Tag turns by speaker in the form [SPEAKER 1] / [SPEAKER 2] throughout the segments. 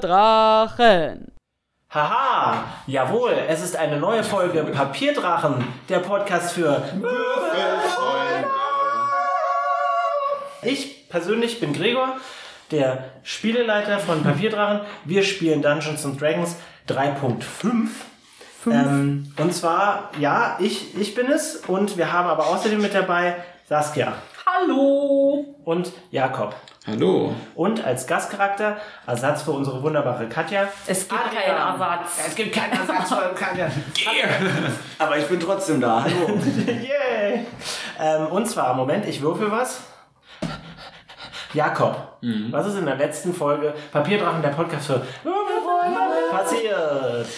[SPEAKER 1] Papierdrachen.
[SPEAKER 2] Haha, jawohl, es ist eine neue Folge Papierdrachen, der Podcast für Ich persönlich bin Gregor, der Spieleleiter von Papierdrachen. Wir spielen Dungeons and Dragons 3.5. Ähm, und zwar, ja, ich, ich bin es und wir haben aber außerdem mit dabei Saskia. Hallo! Und Jakob.
[SPEAKER 3] Hallo.
[SPEAKER 2] Und als Gastcharakter, Ersatz für unsere wunderbare Katja.
[SPEAKER 4] Es gibt
[SPEAKER 2] Adrian.
[SPEAKER 4] keinen Ersatz.
[SPEAKER 2] Es gibt keinen Ersatz für Katja.
[SPEAKER 3] Aber ich bin trotzdem da. Hallo.
[SPEAKER 2] Yay! Ähm, und zwar, Moment, ich würfel was. Jakob,
[SPEAKER 3] Mhm.
[SPEAKER 2] was ist in der letzten Folge Papierdrachen, der Podcast für passiert?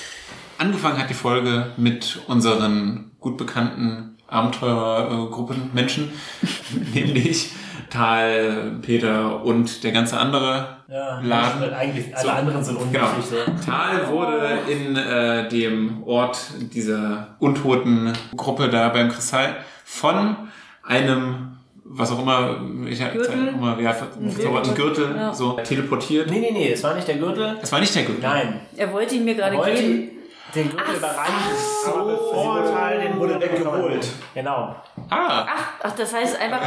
[SPEAKER 3] Angefangen hat die Folge mit unseren gut bekannten Abenteurergruppenmenschen, nämlich Tal, Peter und der ganze andere Laden.
[SPEAKER 2] Eigentlich alle
[SPEAKER 3] So.
[SPEAKER 2] anderen sind
[SPEAKER 3] Genau.
[SPEAKER 2] unglücklich. so.
[SPEAKER 3] Tal wurde in äh, dem Ort dieser untoten Gruppe da beim Kristall von einem, was auch immer, ich
[SPEAKER 4] Gürtel?
[SPEAKER 3] immer, ja, verzauberten Gürtel so teleportiert.
[SPEAKER 2] Nee, nee, nee, es war nicht der Gürtel.
[SPEAKER 3] Es war nicht der Gürtel.
[SPEAKER 2] Nein.
[SPEAKER 4] Er wollte ihn mir gerade
[SPEAKER 2] Wollte
[SPEAKER 4] geben.
[SPEAKER 2] den Gürtel überreichen. aber bevor Tal den wurde weggeholt. Genau.
[SPEAKER 3] Ah,
[SPEAKER 4] Ach, ach, das heißt einfach,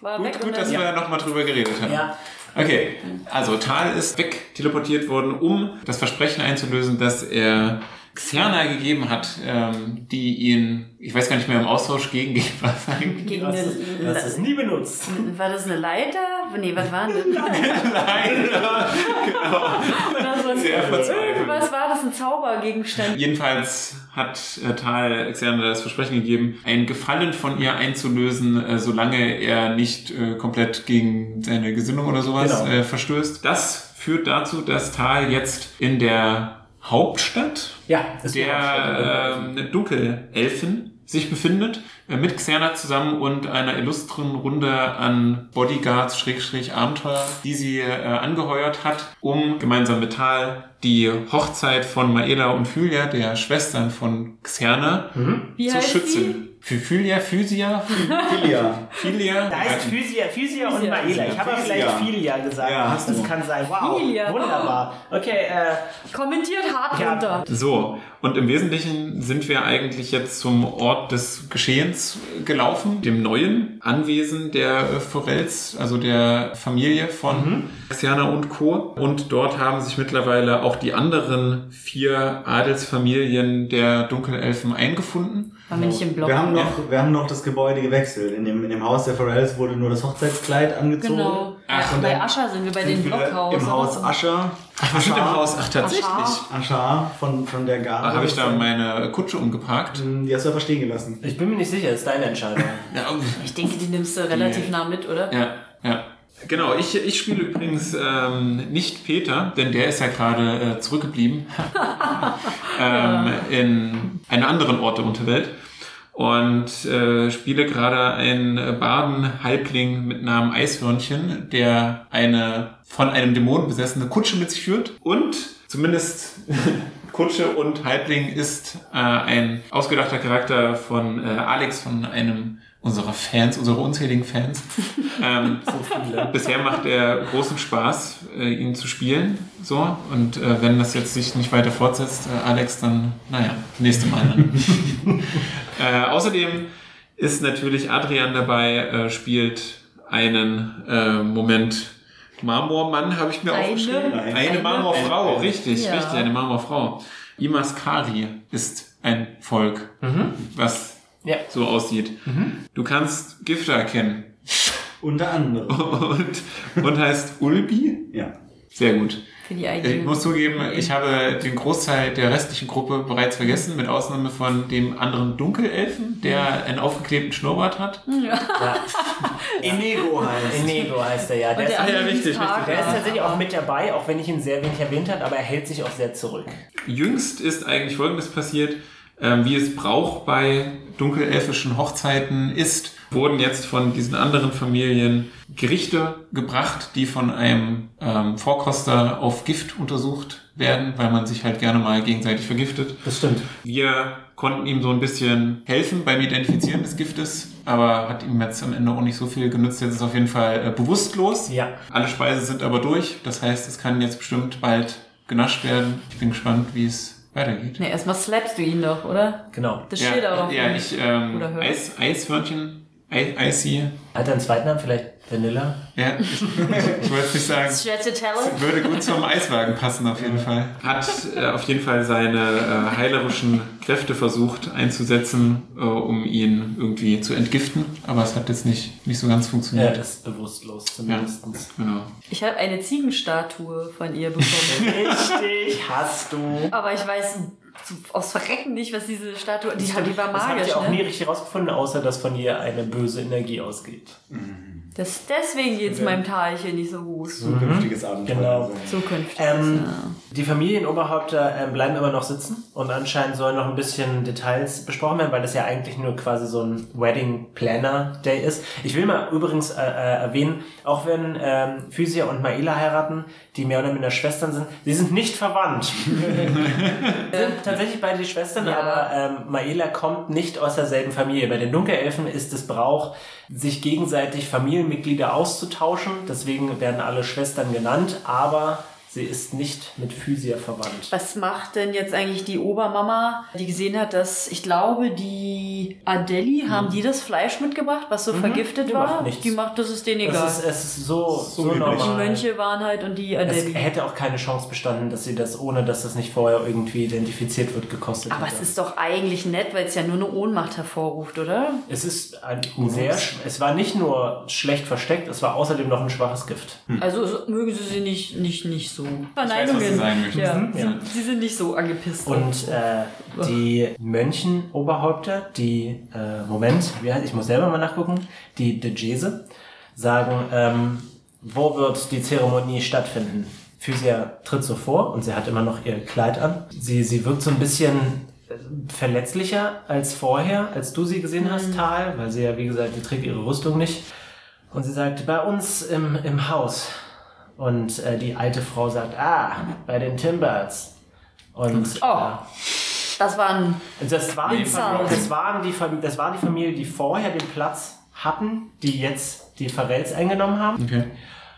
[SPEAKER 4] war
[SPEAKER 3] Gut,
[SPEAKER 4] weg
[SPEAKER 3] gut,
[SPEAKER 4] und
[SPEAKER 3] dass
[SPEAKER 4] dann
[SPEAKER 3] wir ja nochmal drüber geredet haben.
[SPEAKER 2] Ja.
[SPEAKER 3] Okay, also Tal ist wegteleportiert worden, um das Versprechen einzulösen, das er Xerna gegeben hat, ähm, die ihn, ich weiß gar nicht mehr, im Austausch gegen gegen was eigentlich.
[SPEAKER 4] gegen
[SPEAKER 2] Das ist,
[SPEAKER 4] den.
[SPEAKER 2] das ist nie benutzt.
[SPEAKER 4] war das eine Leiter? Nee, was war denn?
[SPEAKER 3] Nein,
[SPEAKER 4] Oder so ein,
[SPEAKER 3] genau. Sehr verzweifelt.
[SPEAKER 4] irgendwas war das, ein Zaubergegenstand?
[SPEAKER 3] Jedenfalls hat äh, Tal Xerna das Versprechen gegeben, einen Gefallen von ihr einzulösen, äh, solange er nicht äh, komplett gegen seine Gesinnung oder sowas
[SPEAKER 2] Genau.
[SPEAKER 3] äh, verstößt. Das führt dazu, dass Tal jetzt in der Hauptstadt
[SPEAKER 2] Ja, ist
[SPEAKER 3] der ähm, Dunkelelfen sich befindet, äh, mit Xerna zusammen und einer illustren Runde an Bodyguards, Schrägstrich Abenteuer, die sie äh, angeheuert hat, um gemeinsam mit Tal die Hochzeit von Maela und Fylia, der Schwestern von Xerna,
[SPEAKER 4] Wie
[SPEAKER 3] zu
[SPEAKER 4] heißt
[SPEAKER 3] schützen. Für Fylia, Physia,
[SPEAKER 5] Filia.
[SPEAKER 3] Fylia.
[SPEAKER 2] Da heißt Physia, Physia und
[SPEAKER 4] Physia.
[SPEAKER 2] Maela. Ich habe ja vielleicht Philia gesagt.
[SPEAKER 5] Ja, hast
[SPEAKER 2] das
[SPEAKER 5] du.
[SPEAKER 2] kann sein. Wow,
[SPEAKER 4] Philia.
[SPEAKER 2] wunderbar. Okay, äh,
[SPEAKER 4] die? Kommentiert hart
[SPEAKER 2] Ja.
[SPEAKER 4] runter.
[SPEAKER 3] So, und im Wesentlichen sind wir eigentlich jetzt zum Ort des Geschehens gelaufen, dem neuen Anwesen der äh, Forells, also der Familie von Xiana und Co. Und dort haben sich mittlerweile auch die anderen vier Adelsfamilien der Dunkelelfen eingefunden.
[SPEAKER 4] Waren wir nicht im Block?
[SPEAKER 5] Wir haben, noch, wir haben noch das Gebäude gewechselt. In dem, in dem Haus der Pharrells wurde nur das Hochzeitskleid angezogen.
[SPEAKER 4] Genau.
[SPEAKER 3] Ach, und
[SPEAKER 4] bei
[SPEAKER 5] dann
[SPEAKER 4] Ascher sind wir bei dem
[SPEAKER 5] Sind wir
[SPEAKER 4] Blockhaus.
[SPEAKER 5] Im Haus
[SPEAKER 4] oder so.
[SPEAKER 5] Ascher.
[SPEAKER 3] Ach, wir sind im Haus. Ach, tatsächlich.
[SPEAKER 4] Aha.
[SPEAKER 5] Ascher von, von der Garde.
[SPEAKER 3] Da habe Ah, ich da meine Kutsche umgeparkt.
[SPEAKER 5] Die hast du aber stehen gelassen.
[SPEAKER 2] ich bin mir nicht sicher, das ist deine Entscheidung.
[SPEAKER 3] Ja, um,
[SPEAKER 4] Ich denke, die nimmst du relativ
[SPEAKER 3] Nee.
[SPEAKER 4] nah mit, oder?
[SPEAKER 3] Ja, ja. Genau, ich, ich spiele übrigens ähm, nicht Peter, denn der ist ja gerade äh, zurückgeblieben ähm, in einem anderen Ort der Unterwelt und äh, spiele gerade einen Baden-Halbling mit Namen Eishörnchen, der eine von einem Dämon besessene Kutsche mit sich führt und zumindest Kutsche und Halbling ist äh, ein ausgedachter Charakter von äh, Alex, von einem unserer Fans, unserer unzähligen Fans. ähm, Bisher macht er großen Spaß, äh, ihn zu spielen. So. Und äh, wenn das jetzt sich nicht weiter fortsetzt, äh, Alex, dann, naja, nächste Mal dann. äh, außerdem ist natürlich Adrian dabei, äh, spielt einen äh, Moment Marmormann, habe ich mir
[SPEAKER 4] Eine?
[SPEAKER 3] aufgeschrieben.
[SPEAKER 5] Nein.
[SPEAKER 3] Eine Marmorfrau, richtig,
[SPEAKER 4] Ja.
[SPEAKER 3] richtig, eine Marmorfrau. Imaskari ist ein Volk,
[SPEAKER 2] Mhm.
[SPEAKER 3] was
[SPEAKER 2] Ja.
[SPEAKER 3] so aussieht.
[SPEAKER 2] Mhm.
[SPEAKER 3] Du kannst Gifter erkennen
[SPEAKER 5] Unter
[SPEAKER 3] Oh.
[SPEAKER 5] anderem.
[SPEAKER 3] und, und heißt Ulbi.
[SPEAKER 5] Ja.
[SPEAKER 3] Sehr gut.
[SPEAKER 4] Für die
[SPEAKER 3] Ich
[SPEAKER 4] eigenen.
[SPEAKER 3] muss zugeben, ich habe den Großteil der restlichen Gruppe bereits vergessen, mit Ausnahme von dem anderen Dunkelelfen,
[SPEAKER 2] Mhm.
[SPEAKER 3] der einen aufgeklebten Schnurrbart hat.
[SPEAKER 2] ja.
[SPEAKER 5] Inego heißt.
[SPEAKER 2] Inigo heißt er ja. Der,
[SPEAKER 4] Und
[SPEAKER 2] ist,
[SPEAKER 4] der
[SPEAKER 3] Ah, ja,
[SPEAKER 4] andere
[SPEAKER 3] richtig,
[SPEAKER 4] hieß
[SPEAKER 3] richtig.
[SPEAKER 2] der ist
[SPEAKER 4] Hager.
[SPEAKER 2] tatsächlich auch mit dabei, auch wenn ich ihn sehr wenig erwähnt habe, aber er hält sich auch sehr zurück.
[SPEAKER 3] Jüngst ist eigentlich Folgendes passiert. ähm, wie es Brauch bei dunkelelfischen Hochzeiten ist, wurden jetzt von diesen anderen Familien Gerichte gebracht, die von einem ähm, Vorkoster auf Gift untersucht werden, weil man sich halt gerne mal gegenseitig vergiftet.
[SPEAKER 2] Das stimmt.
[SPEAKER 3] Wir konnten ihm so ein bisschen helfen beim Identifizieren des Giftes, aber hat ihm jetzt am Ende auch nicht so viel genützt. Jetzt ist es auf jeden Fall äh, bewusstlos.
[SPEAKER 2] Ja.
[SPEAKER 3] Alle Speisen sind aber durch. Das heißt, es kann jetzt bestimmt bald genascht werden. Ich bin gespannt, wie es weitergeht.
[SPEAKER 4] Ne, erstmal slappst du ihn doch, oder?
[SPEAKER 2] Genau.
[SPEAKER 4] Das steht aber
[SPEAKER 3] Ja,
[SPEAKER 4] auch.
[SPEAKER 3] ja, ich, ähm,
[SPEAKER 4] Oder hörst.
[SPEAKER 3] Eis, Eishörnchen, Ei- Eisi.
[SPEAKER 2] Hat er einen zweiten Namen? Vielleicht Vanilla?
[SPEAKER 3] Ja, ich, ich wollte es nicht sagen.
[SPEAKER 4] Schwer zu tellen.
[SPEAKER 3] Würde gut zum Eiswagen passen, auf jeden Fall. Hat äh, auf jeden Fall seine äh, heilerischen Kräfte versucht einzusetzen, äh, um ihn irgendwie zu entgiften. Aber es hat jetzt nicht, nicht so ganz
[SPEAKER 2] Ja,
[SPEAKER 3] funktioniert.
[SPEAKER 2] das ist bewusstlos zumindest.
[SPEAKER 3] Genau.
[SPEAKER 4] Ich habe eine Ziegenstatue von ihr bekommen.
[SPEAKER 2] Richtig, hast du.
[SPEAKER 4] aber ich weiß zu- aus Verrecken nicht, was diese Statue. Die, die war
[SPEAKER 2] Das habt
[SPEAKER 4] magisch.
[SPEAKER 2] ihr auch nie
[SPEAKER 4] ne?
[SPEAKER 2] richtig rausgefunden, außer dass von ihr eine böse Energie ausgeht.
[SPEAKER 4] das, deswegen geht's meinem Talchen nicht so gut.
[SPEAKER 5] Zukünftiges Abenteuer.
[SPEAKER 2] Genau.
[SPEAKER 5] Also.
[SPEAKER 4] Zukünftig.
[SPEAKER 2] Ähm,
[SPEAKER 4] ja.
[SPEAKER 2] Die Familienoberhäupter ähm, bleiben immer noch sitzen und anscheinend sollen noch ein bisschen Details besprochen werden, weil das ja eigentlich nur quasi so ein Wedding Planner Day ist. Ich will mal übrigens äh, äh, erwähnen, auch wenn ähm, Physia und Maela heiraten, die mehr oder minder Schwestern sind, sie sind nicht verwandt. sind tatsächlich beide die Schwestern,
[SPEAKER 4] Ja.
[SPEAKER 2] aber ähm, Maela kommt nicht aus derselben Familie. Bei den Dunkelelfen ist es Brauch, sich gegenseitig Familienmitglieder auszutauschen. Deswegen werden alle Schwestern genannt, aber sie ist nicht mit Physia verwandt.
[SPEAKER 4] Was macht denn jetzt eigentlich die Obermama, die gesehen hat, dass ich glaube, die Adeli, haben die das Fleisch mitgebracht, was so vergiftet
[SPEAKER 2] Mhm. die
[SPEAKER 4] war?
[SPEAKER 2] macht nichts.
[SPEAKER 4] Die macht, das ist denen egal.
[SPEAKER 2] Es ist, es ist so, so,
[SPEAKER 5] So üblich.
[SPEAKER 2] normal.
[SPEAKER 4] die Mönche waren halt und die
[SPEAKER 2] Es
[SPEAKER 4] Adeli.
[SPEAKER 2] hätte auch keine Chance bestanden, dass sie das, ohne dass das nicht vorher irgendwie identifiziert wird, gekostet
[SPEAKER 4] Aber
[SPEAKER 2] hätte.
[SPEAKER 4] es ist doch eigentlich nett, weil es ja nur eine Ohnmacht hervorruft, oder?
[SPEAKER 2] es ist ein sehr, sch- es war nicht nur schlecht versteckt, es war außerdem noch ein schwaches Gift.
[SPEAKER 4] Also so- mögen sie sie nicht, nicht, nicht so.
[SPEAKER 3] weiß, was du sagen möchtest.
[SPEAKER 4] ja.
[SPEAKER 2] Ja.
[SPEAKER 4] Mhm. Sie sind nicht so angepisst.
[SPEAKER 2] Und äh, die Mönchenoberhäupter, die, äh, Moment, wie heißt, ich muss selber mal nachgucken, die Dejese, sagen, ähm, wo wird die Zeremonie stattfinden? Physia tritt so vor und sie hat immer noch ihr Kleid an. Sie, sie wirkt so ein bisschen äh, verletzlicher als vorher, als du sie gesehen hast, Tal, weil sie ja, wie gesagt, sie trägt ihre Rüstung nicht. Und sie sagt, bei uns im, im Haus. Und äh, die alte Frau sagt, ah, bei den Timbers. Und
[SPEAKER 4] Oh. das waren
[SPEAKER 2] äh, das, waren die
[SPEAKER 4] Inside.
[SPEAKER 2] Familie, das, waren die Fam- das war die Familie, die vorher den Platz hatten, die jetzt die Farells eingenommen haben.
[SPEAKER 3] Okay.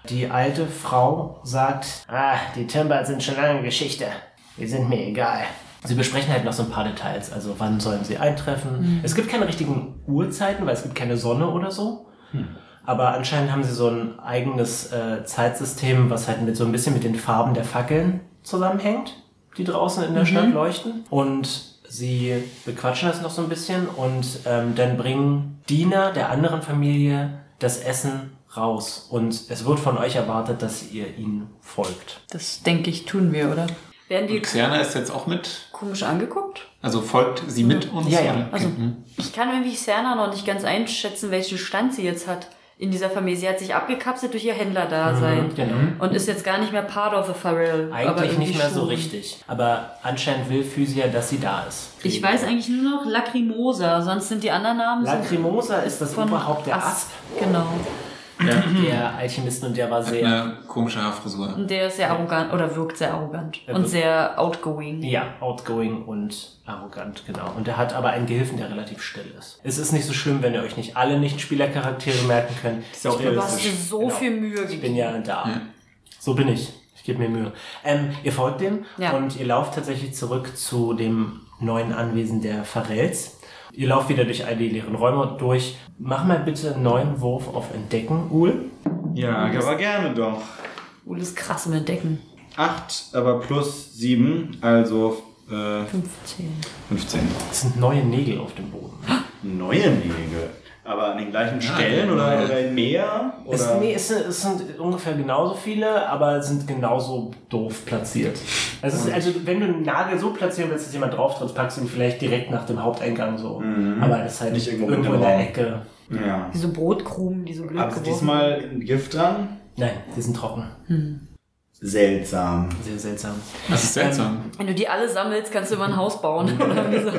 [SPEAKER 2] Die alte Frau sagt, ah, die Timbers sind schon lange Geschichte. Die sind mir egal. Sie besprechen halt noch so ein paar Details, also wann sollen sie eintreffen. Es gibt keine richtigen Uhrzeiten, weil es gibt keine Sonne oder so. Aber anscheinend haben sie so ein eigenes äh, Zeitsystem, was halt mit so ein bisschen mit den Farben der Fackeln zusammenhängt, die draußen
[SPEAKER 4] Mhm.
[SPEAKER 2] in der Stadt leuchten. Und sie bequatschen das noch so ein bisschen und ähm, dann bringen Diener der anderen Familie das Essen raus. Und es wird von euch erwartet, dass ihr ihnen folgt.
[SPEAKER 6] Das denke ich, tun wir, oder?
[SPEAKER 4] werden die
[SPEAKER 3] Xerna ist jetzt auch mit.
[SPEAKER 4] komisch angeguckt?
[SPEAKER 3] Also folgt sie mit uns?
[SPEAKER 2] Ja, ja.
[SPEAKER 3] oder?
[SPEAKER 4] Also-
[SPEAKER 3] Mhm.
[SPEAKER 4] Ich kann irgendwie Serna noch nicht ganz einschätzen, welchen Stand sie jetzt hat in dieser Familie. Sie hat sich abgekapselt durch ihr Händlerdasein.
[SPEAKER 2] Genau.
[SPEAKER 4] Und ist jetzt gar nicht mehr part of the Pharrell. Mhm. aber
[SPEAKER 2] Eigentlich
[SPEAKER 4] irgendwie
[SPEAKER 2] nicht mehr so
[SPEAKER 4] schon.
[SPEAKER 2] richtig. Aber anscheinend will Physia, dass sie da ist.
[SPEAKER 4] Ich weiß eigentlich nur noch Lacrimosa, sonst sind die anderen Namen so-
[SPEAKER 2] Lacrimosa ist das Oberhaupt der Asp,
[SPEAKER 4] Genau.
[SPEAKER 2] der Alchemisten und der war sehr...
[SPEAKER 3] Eine komische Haarfrisur.
[SPEAKER 4] Und der ist sehr arrogant oder wirkt sehr arrogant und
[SPEAKER 2] wirkt-
[SPEAKER 4] sehr outgoing.
[SPEAKER 2] Ja, outgoing und arrogant, genau. Und er hat aber einen Gehilfen, der relativ still ist. Es ist nicht so schlimm, wenn ihr euch nicht alle Nicht-Spielercharaktere merken könnt.
[SPEAKER 5] Ist ja auch
[SPEAKER 4] Du hast dir
[SPEAKER 5] realistisch.
[SPEAKER 4] so
[SPEAKER 2] Genau.
[SPEAKER 4] viel Mühe
[SPEAKER 2] Ich bin
[SPEAKER 4] gegeben.
[SPEAKER 2] ja da. So bin ich. Ich gebe mir Mühe. Ähm, ihr folgt dem
[SPEAKER 4] Ja.
[SPEAKER 2] und ihr lauft tatsächlich zurück zu dem neuen Anwesen der Farells. Ihr lauft wieder durch all die leeren Räume durch. Mach mal bitte einen neuen Wurf auf Entdecken, Ul.
[SPEAKER 5] Ja, aber gerne doch.
[SPEAKER 4] Oh, das ist krass im Entdecken.
[SPEAKER 5] 8, aber plus 7, also äh,
[SPEAKER 4] 15.
[SPEAKER 5] 15.
[SPEAKER 2] Es sind neue Nägel auf dem Boden.
[SPEAKER 5] Neue Nägel. Aber an den gleichen Stellen
[SPEAKER 3] genau.
[SPEAKER 5] oder, oder in mehr? Oder?
[SPEAKER 2] Es, nee, es, sind- es sind ungefähr genauso viele, aber sind genauso doof platziert. Also, es ist, also wenn du einen Nagel so platzieren willst, dass jemand drauf tritt, packst du ihn vielleicht direkt nach dem Haupteingang so. Aber es ist halt
[SPEAKER 5] Nicht
[SPEAKER 2] irgendwo,
[SPEAKER 5] irgendwo
[SPEAKER 2] in
[SPEAKER 5] im
[SPEAKER 2] der
[SPEAKER 5] Raum.
[SPEAKER 2] Ecke.
[SPEAKER 5] Ja. Also
[SPEAKER 4] Diese Brotkrumen, die so blöd
[SPEAKER 5] Hat es
[SPEAKER 4] geworfen
[SPEAKER 5] diesmal ein Gift dran?
[SPEAKER 2] Nein, die sind trocken.
[SPEAKER 5] seltsam.
[SPEAKER 2] Sehr seltsam.
[SPEAKER 3] Das
[SPEAKER 4] ähm,
[SPEAKER 3] ist seltsam.
[SPEAKER 4] Wenn du die alle sammelst, kannst du immer ein Haus bauen. Oder wie so.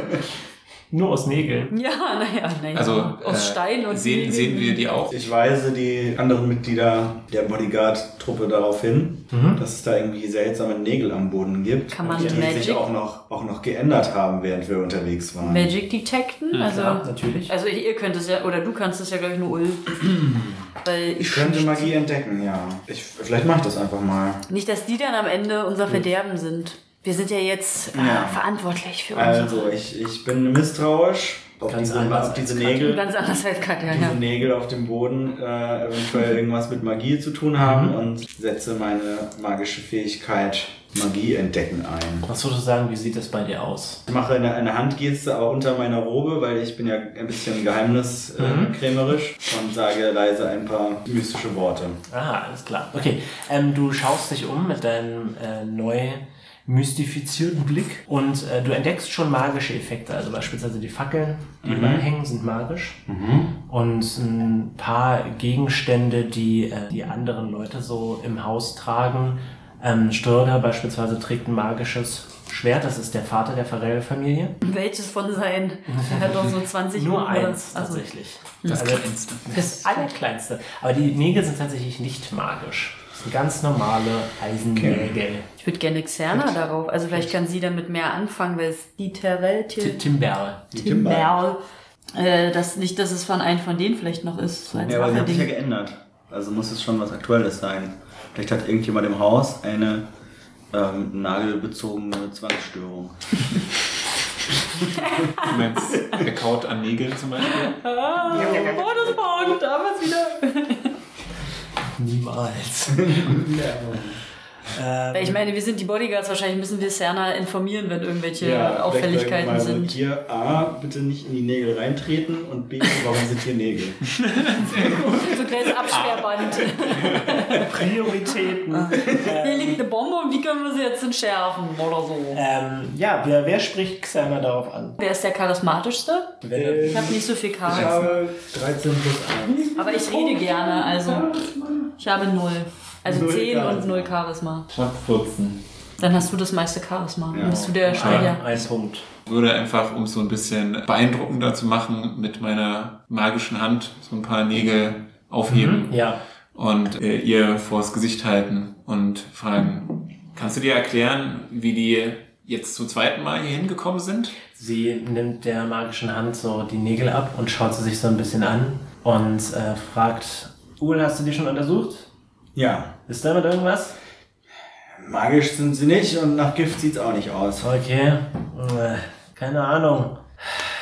[SPEAKER 2] Nur aus Nägeln.
[SPEAKER 4] Ja, naja, naja.
[SPEAKER 3] Also
[SPEAKER 4] aus
[SPEAKER 3] äh,
[SPEAKER 4] Stein und
[SPEAKER 3] sehen,
[SPEAKER 4] Nägeln.
[SPEAKER 3] sehen wir die auch.
[SPEAKER 5] Ich weise die anderen Mitglieder der Bodyguard-Truppe darauf hin, dass es da irgendwie seltsame Nägel am Boden gibt.
[SPEAKER 4] Kann man
[SPEAKER 5] die sich
[SPEAKER 4] Magic-
[SPEAKER 5] auch noch, auch noch geändert haben, während wir unterwegs waren.
[SPEAKER 4] Magic detecten. also,
[SPEAKER 2] Ja, natürlich.
[SPEAKER 4] also ihr könnt es ja, oder du kannst es ja, glaube ich, nur Ulf. Weil
[SPEAKER 5] Ich könnte Magie entdecken, ja. Ich, vielleicht mache ich das einfach mal.
[SPEAKER 4] Nicht, dass die dann am Ende unser Verderben sind. Wir sind ja jetzt äh,
[SPEAKER 5] Ja.
[SPEAKER 4] verantwortlich für unsere.
[SPEAKER 5] Also, ich, ich bin misstrauisch, ob
[SPEAKER 2] Ganz
[SPEAKER 5] diese,
[SPEAKER 2] anders
[SPEAKER 5] ob diese
[SPEAKER 2] als
[SPEAKER 5] Nägel.
[SPEAKER 4] Ganz anders als Katja,
[SPEAKER 5] diese
[SPEAKER 4] ja.
[SPEAKER 5] Nägel auf dem Boden äh, eventuell irgendwas mit Magie zu tun haben und setze meine magische Fähigkeit Magie entdecken ein.
[SPEAKER 2] Was würdest du sagen, wie sieht das bei dir aus?
[SPEAKER 5] Ich mache eine, eine Handgeste auch unter meiner Robe, weil ich bin ja ein bisschen geheimniskrämerisch und sage leise ein paar mystische Worte.
[SPEAKER 2] Ah, alles klar. Okay, ähm, du schaust dich um mit deinem äh, neu mystifizierten Blick und äh, du entdeckst schon magische Effekte. Also beispielsweise die Fackeln, die überall hängen, sind magisch. Und ein paar Gegenstände, die äh, die anderen Leute so im Haus tragen. Ähm, Störger beispielsweise trägt ein magisches Schwert. Das ist der Vater der Farrell-Familie.
[SPEAKER 4] Welches von seinen? Er hat doch so 20
[SPEAKER 2] Nur
[SPEAKER 4] oder-
[SPEAKER 2] eins
[SPEAKER 4] also,
[SPEAKER 2] tatsächlich.
[SPEAKER 3] Das
[SPEAKER 2] Also,
[SPEAKER 3] Kleinste.
[SPEAKER 2] Das allerkleinste. Aber die Nägel sind tatsächlich nicht magisch. Das sind ganz normale Eisennägel.
[SPEAKER 4] Ich würde gerne Xerna darauf. Also vielleicht kann sie damit mehr anfangen, weil es die
[SPEAKER 2] Ti-
[SPEAKER 4] Terrell
[SPEAKER 2] Timberl.
[SPEAKER 4] Timberl. Äh, das nicht, dass es von einem von denen vielleicht noch ist. so als
[SPEAKER 5] Ja, aber sie hat sich ja
[SPEAKER 4] Waffe-Ding.
[SPEAKER 5] geändert. Also muss es schon was Aktuelles sein. Vielleicht hat irgendjemand im Haus eine ähm, nagelbezogene Zwangsstörung.
[SPEAKER 3] Du meinst, der kaut an Nägeln zum Beispiel.
[SPEAKER 4] Oh, das war auch damals wieder.
[SPEAKER 2] Niemals. Äh,
[SPEAKER 4] Weil ich meine, wir sind die Bodyguards, wahrscheinlich müssen wir Serna informieren, wenn irgendwelche Auffälligkeiten
[SPEAKER 5] vielleicht sagen wir mal
[SPEAKER 4] sind.
[SPEAKER 5] Hier A, bitte nicht in die Nägel reintreten und B, warum sind hier Nägel?
[SPEAKER 4] So ein kleines Absperrband.
[SPEAKER 2] Prioritäten.
[SPEAKER 5] Ah.
[SPEAKER 4] Hier liegt eine Bombe und wie können wir sie jetzt entschärfen oder so?
[SPEAKER 2] ähm, ja, wer, wer spricht Xander darauf an?
[SPEAKER 4] Wer ist der charismatischste?
[SPEAKER 2] Äh,
[SPEAKER 4] Ich habe nicht so viel
[SPEAKER 5] Ich
[SPEAKER 4] Charisma.
[SPEAKER 5] habe 13 plus 1.
[SPEAKER 4] Aber ich rede gerne, also ich habe null. Also
[SPEAKER 5] Null
[SPEAKER 4] 10
[SPEAKER 5] Charisma.
[SPEAKER 4] und null Charisma.
[SPEAKER 3] Ich hab 14.
[SPEAKER 4] Dann hast du das meiste Charisma.
[SPEAKER 5] Ja.
[SPEAKER 4] Dann bist du der Sprecher.
[SPEAKER 2] Ein Punkt.
[SPEAKER 3] Würde einfach, um es so ein bisschen beeindruckender zu machen, mit meiner magischen Hand so ein paar Nägel aufheben
[SPEAKER 2] Ja.
[SPEAKER 3] und äh, ihr vors Gesicht halten und fragen, kannst du dir erklären, wie die jetzt zum zweiten Mal hier hingekommen sind?
[SPEAKER 2] Sie nimmt der magischen Hand so die Nägel ab und schaut sie sich so ein bisschen an und äh, fragt, Uhl, hast du die schon untersucht?
[SPEAKER 5] Ja,
[SPEAKER 2] Ist damit irgendwas?
[SPEAKER 5] magisch sind sie nicht und nach Gift sieht's auch nicht aus.
[SPEAKER 2] Okay, äh, keine Ahnung.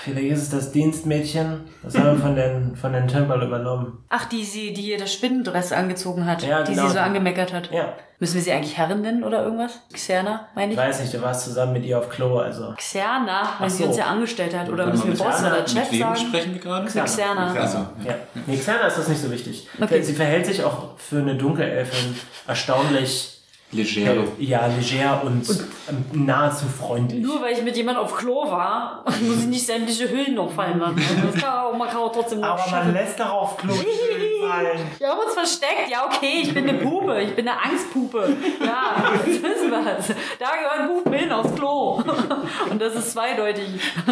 [SPEAKER 2] Vielleicht ist es das Dienstmädchen. Das haben wir von den, von den Tempel übernommen.
[SPEAKER 4] Ach, die sie, die ihr das Spinnendress angezogen hat,
[SPEAKER 2] Ja,
[SPEAKER 4] die
[SPEAKER 2] genau.
[SPEAKER 4] sie so angemeckert hat.
[SPEAKER 2] Ja,
[SPEAKER 4] Müssen wir sie eigentlich Herren nennen oder irgendwas? Xerna, meine
[SPEAKER 2] ich
[SPEAKER 4] ich?
[SPEAKER 2] weiß nicht, du warst zusammen mit ihr auf Klo, also.
[SPEAKER 4] Xerna, weil
[SPEAKER 2] Ach
[SPEAKER 4] sie
[SPEAKER 2] so.
[SPEAKER 4] uns ja angestellt hat. Oder
[SPEAKER 3] Warte
[SPEAKER 4] müssen
[SPEAKER 3] mal,
[SPEAKER 4] wir
[SPEAKER 3] mit
[SPEAKER 4] Boss
[SPEAKER 2] Xerna-
[SPEAKER 4] oder Chef
[SPEAKER 3] mit wem
[SPEAKER 4] sagen?
[SPEAKER 3] sprechen wir gerade?
[SPEAKER 4] Xerna.
[SPEAKER 3] Also,
[SPEAKER 2] Ja. Nee, Xana ist das nicht so wichtig.
[SPEAKER 4] Okay.
[SPEAKER 2] Sie verhält sich auch für eine Dunkelelfin erstaunlich
[SPEAKER 3] leger.
[SPEAKER 2] ja, leger und, ähm, nahezu freundlich.
[SPEAKER 4] Nur weil ich mit jemand auf Klo war, muss ich nicht sämtliche Hüllen noch fallen lassen. Das kann auch, man kann auch trotzdem noch
[SPEAKER 2] Aber man lässt darauf Klo schön sein.
[SPEAKER 4] Wir haben uns versteckt. Ja, okay, ich bin eine Pupe. Ich bin eine Angstpupe. Ja, das wissen wir. Da gehören Pupen hin aufs Klo. Und das ist zweideutig.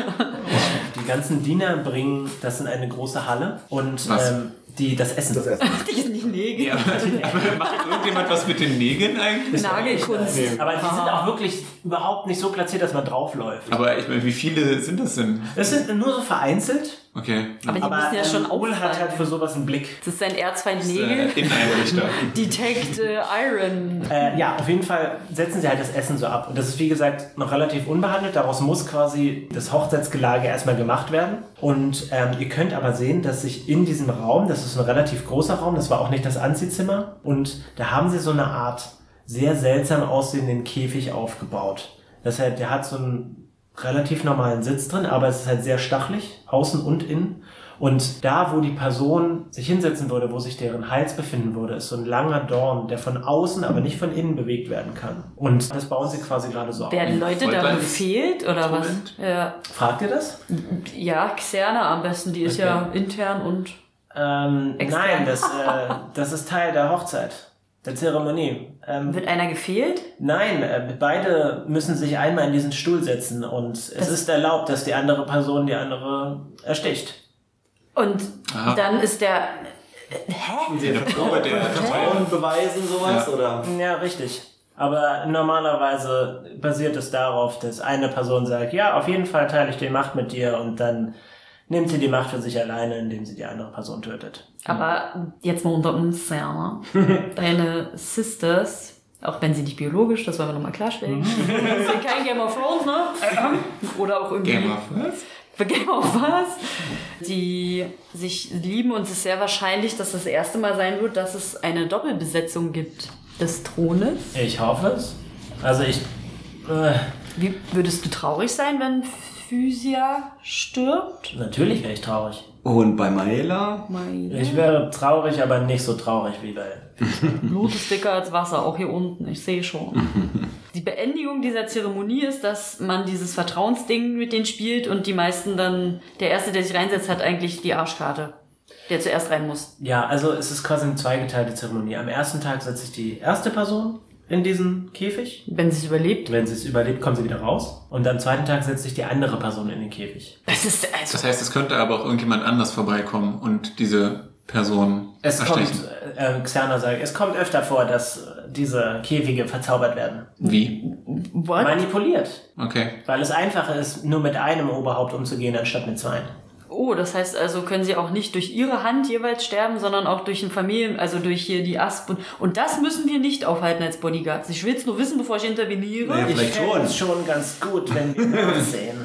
[SPEAKER 2] Die ganzen Diener bringen das in eine große Halle und
[SPEAKER 3] Was?
[SPEAKER 2] ähm, die, das Essen.
[SPEAKER 5] Das erste.
[SPEAKER 4] Die sind nicht Nägel.
[SPEAKER 3] Ja, aber macht irgendjemand was mit den Nägeln eigentlich?
[SPEAKER 4] Nagelkunst.
[SPEAKER 2] Aber die sind auch wirklich überhaupt nicht so platziert, dass man draufläuft.
[SPEAKER 3] Aber ich meine, wie viele sind das denn?
[SPEAKER 2] Es sind nur so vereinzelt.
[SPEAKER 3] Okay.
[SPEAKER 4] Aber die müssen ja
[SPEAKER 2] ähm,
[SPEAKER 4] schon
[SPEAKER 2] Ohl hat halt
[SPEAKER 4] auffallen.
[SPEAKER 2] für sowas einen Blick.
[SPEAKER 4] Das ist ein Erzfeind Nägel.
[SPEAKER 3] Äh, Inneneinrichter.
[SPEAKER 4] Detect äh, Iron.
[SPEAKER 2] Äh, ja, auf jeden Fall setzen sie halt das Essen so ab. Und das ist, wie gesagt, noch relativ unbehandelt. Daraus muss quasi das Hochzeitsgelage erstmal gemacht werden. Und ähm, ihr könnt aber sehen, dass sich in diesem Raum, das ist ein relativ großer Raum, das war auch nicht das Anziehzimmer, und da haben sie so eine Art sehr seltsam aussehenden Käfig aufgebaut. Das heißt, der hat so einen relativ normalen Sitz drin, aber es ist halt sehr stachelig, außen und innen. Und da, wo die Person sich hinsetzen würde, wo sich deren Hals befinden würde, ist so ein langer Dorn, der von außen, aber nicht von innen bewegt werden kann. Und das bauen sie quasi gerade so auf.
[SPEAKER 4] Werden Leute da
[SPEAKER 3] Vollband.
[SPEAKER 4] befehlt oder was? Ja,
[SPEAKER 2] Fragt ihr das?
[SPEAKER 4] ja, Xerna am besten. Die ist
[SPEAKER 2] Okay.
[SPEAKER 4] ja intern und
[SPEAKER 2] Ähm,
[SPEAKER 4] Extern.
[SPEAKER 2] nein, das, äh, das ist Teil der Hochzeit. der Zeremonie. Ähm,
[SPEAKER 4] Wird einer gefehlt?
[SPEAKER 2] Nein, äh, beide müssen sich einmal in diesen Stuhl setzen und es
[SPEAKER 4] Das-
[SPEAKER 2] ist erlaubt, dass die andere Person die andere ersticht.
[SPEAKER 4] Und
[SPEAKER 3] Aha.
[SPEAKER 4] dann ist der. Hä?
[SPEAKER 5] Der
[SPEAKER 3] Probe der Verteilung.
[SPEAKER 5] Frauen beweisen sowas
[SPEAKER 3] Ja.
[SPEAKER 5] oder?
[SPEAKER 2] Ja, richtig. Aber normalerweise basiert es darauf, dass eine Person sagt, ja, auf jeden Fall teile ich die Macht mit dir und dann nimmt sie die Macht für sich alleine, indem sie die andere Person tötet.
[SPEAKER 4] Aber jetzt mal unter uns, Sarah. Deine Sisters, auch wenn sie nicht biologisch, das wollen wir nochmal klarstellen. Das ist kein Game of Thrones, ne? Oder auch irgendwie.
[SPEAKER 3] Game of was?
[SPEAKER 4] Bei Game of Genau, was? Die sich lieben und es ist sehr wahrscheinlich, dass das erste Mal sein wird, dass es eine Doppelbesetzung gibt des Thrones.
[SPEAKER 2] Ich hoffe es. Also ich... Äh,
[SPEAKER 4] Wie würdest du traurig sein, wenn Physia stirbt?
[SPEAKER 2] natürlich wäre ich traurig.
[SPEAKER 5] Und bei Maela?
[SPEAKER 4] Mein
[SPEAKER 2] Ich wäre traurig, aber nicht so traurig wie bei...
[SPEAKER 4] Blut ist dicker als Wasser, auch hier unten, ich sehe schon. Die Beendigung dieser Zeremonie ist, dass man dieses Vertrauensding mit denen spielt und die meisten dann, der Erste, der sich reinsetzt, hat eigentlich die Arschkarte, der zuerst rein muss.
[SPEAKER 2] Ja, also es ist quasi eine zweigeteilte Zeremonie. Am ersten Tag setzt sich die erste Person in diesen Käfig.
[SPEAKER 4] Wenn sie es überlebt.
[SPEAKER 2] Wenn sie es überlebt, kommt sie wieder raus. Und am zweiten Tag setzt sich die andere Person in den Käfig.
[SPEAKER 4] Das ist also
[SPEAKER 3] Das heißt, es könnte aber auch irgendjemand anders vorbeikommen und diese Person
[SPEAKER 2] Es kommt,
[SPEAKER 3] erstechen.
[SPEAKER 2] äh, äh, Xana sagt, es kommt öfter vor, dass äh, diese Käfige verzaubert werden.
[SPEAKER 3] Wie?
[SPEAKER 4] What?
[SPEAKER 2] Manipuliert.
[SPEAKER 3] Okay.
[SPEAKER 2] Weil es einfacher ist, nur mit einem Oberhaupt umzugehen, anstatt mit zwei.
[SPEAKER 4] oh, das heißt also, können sie auch nicht durch ihre Hand jeweils sterben, sondern auch durch ein Familien, also durch hier die Asp. Und, und das müssen wir nicht aufhalten als Bodyguards. Ich will es nur wissen, bevor ich interveniere.
[SPEAKER 5] Nee. Ja, vielleicht
[SPEAKER 2] ich fände
[SPEAKER 5] schon.
[SPEAKER 2] es schon ganz gut, wenn wir das sehen.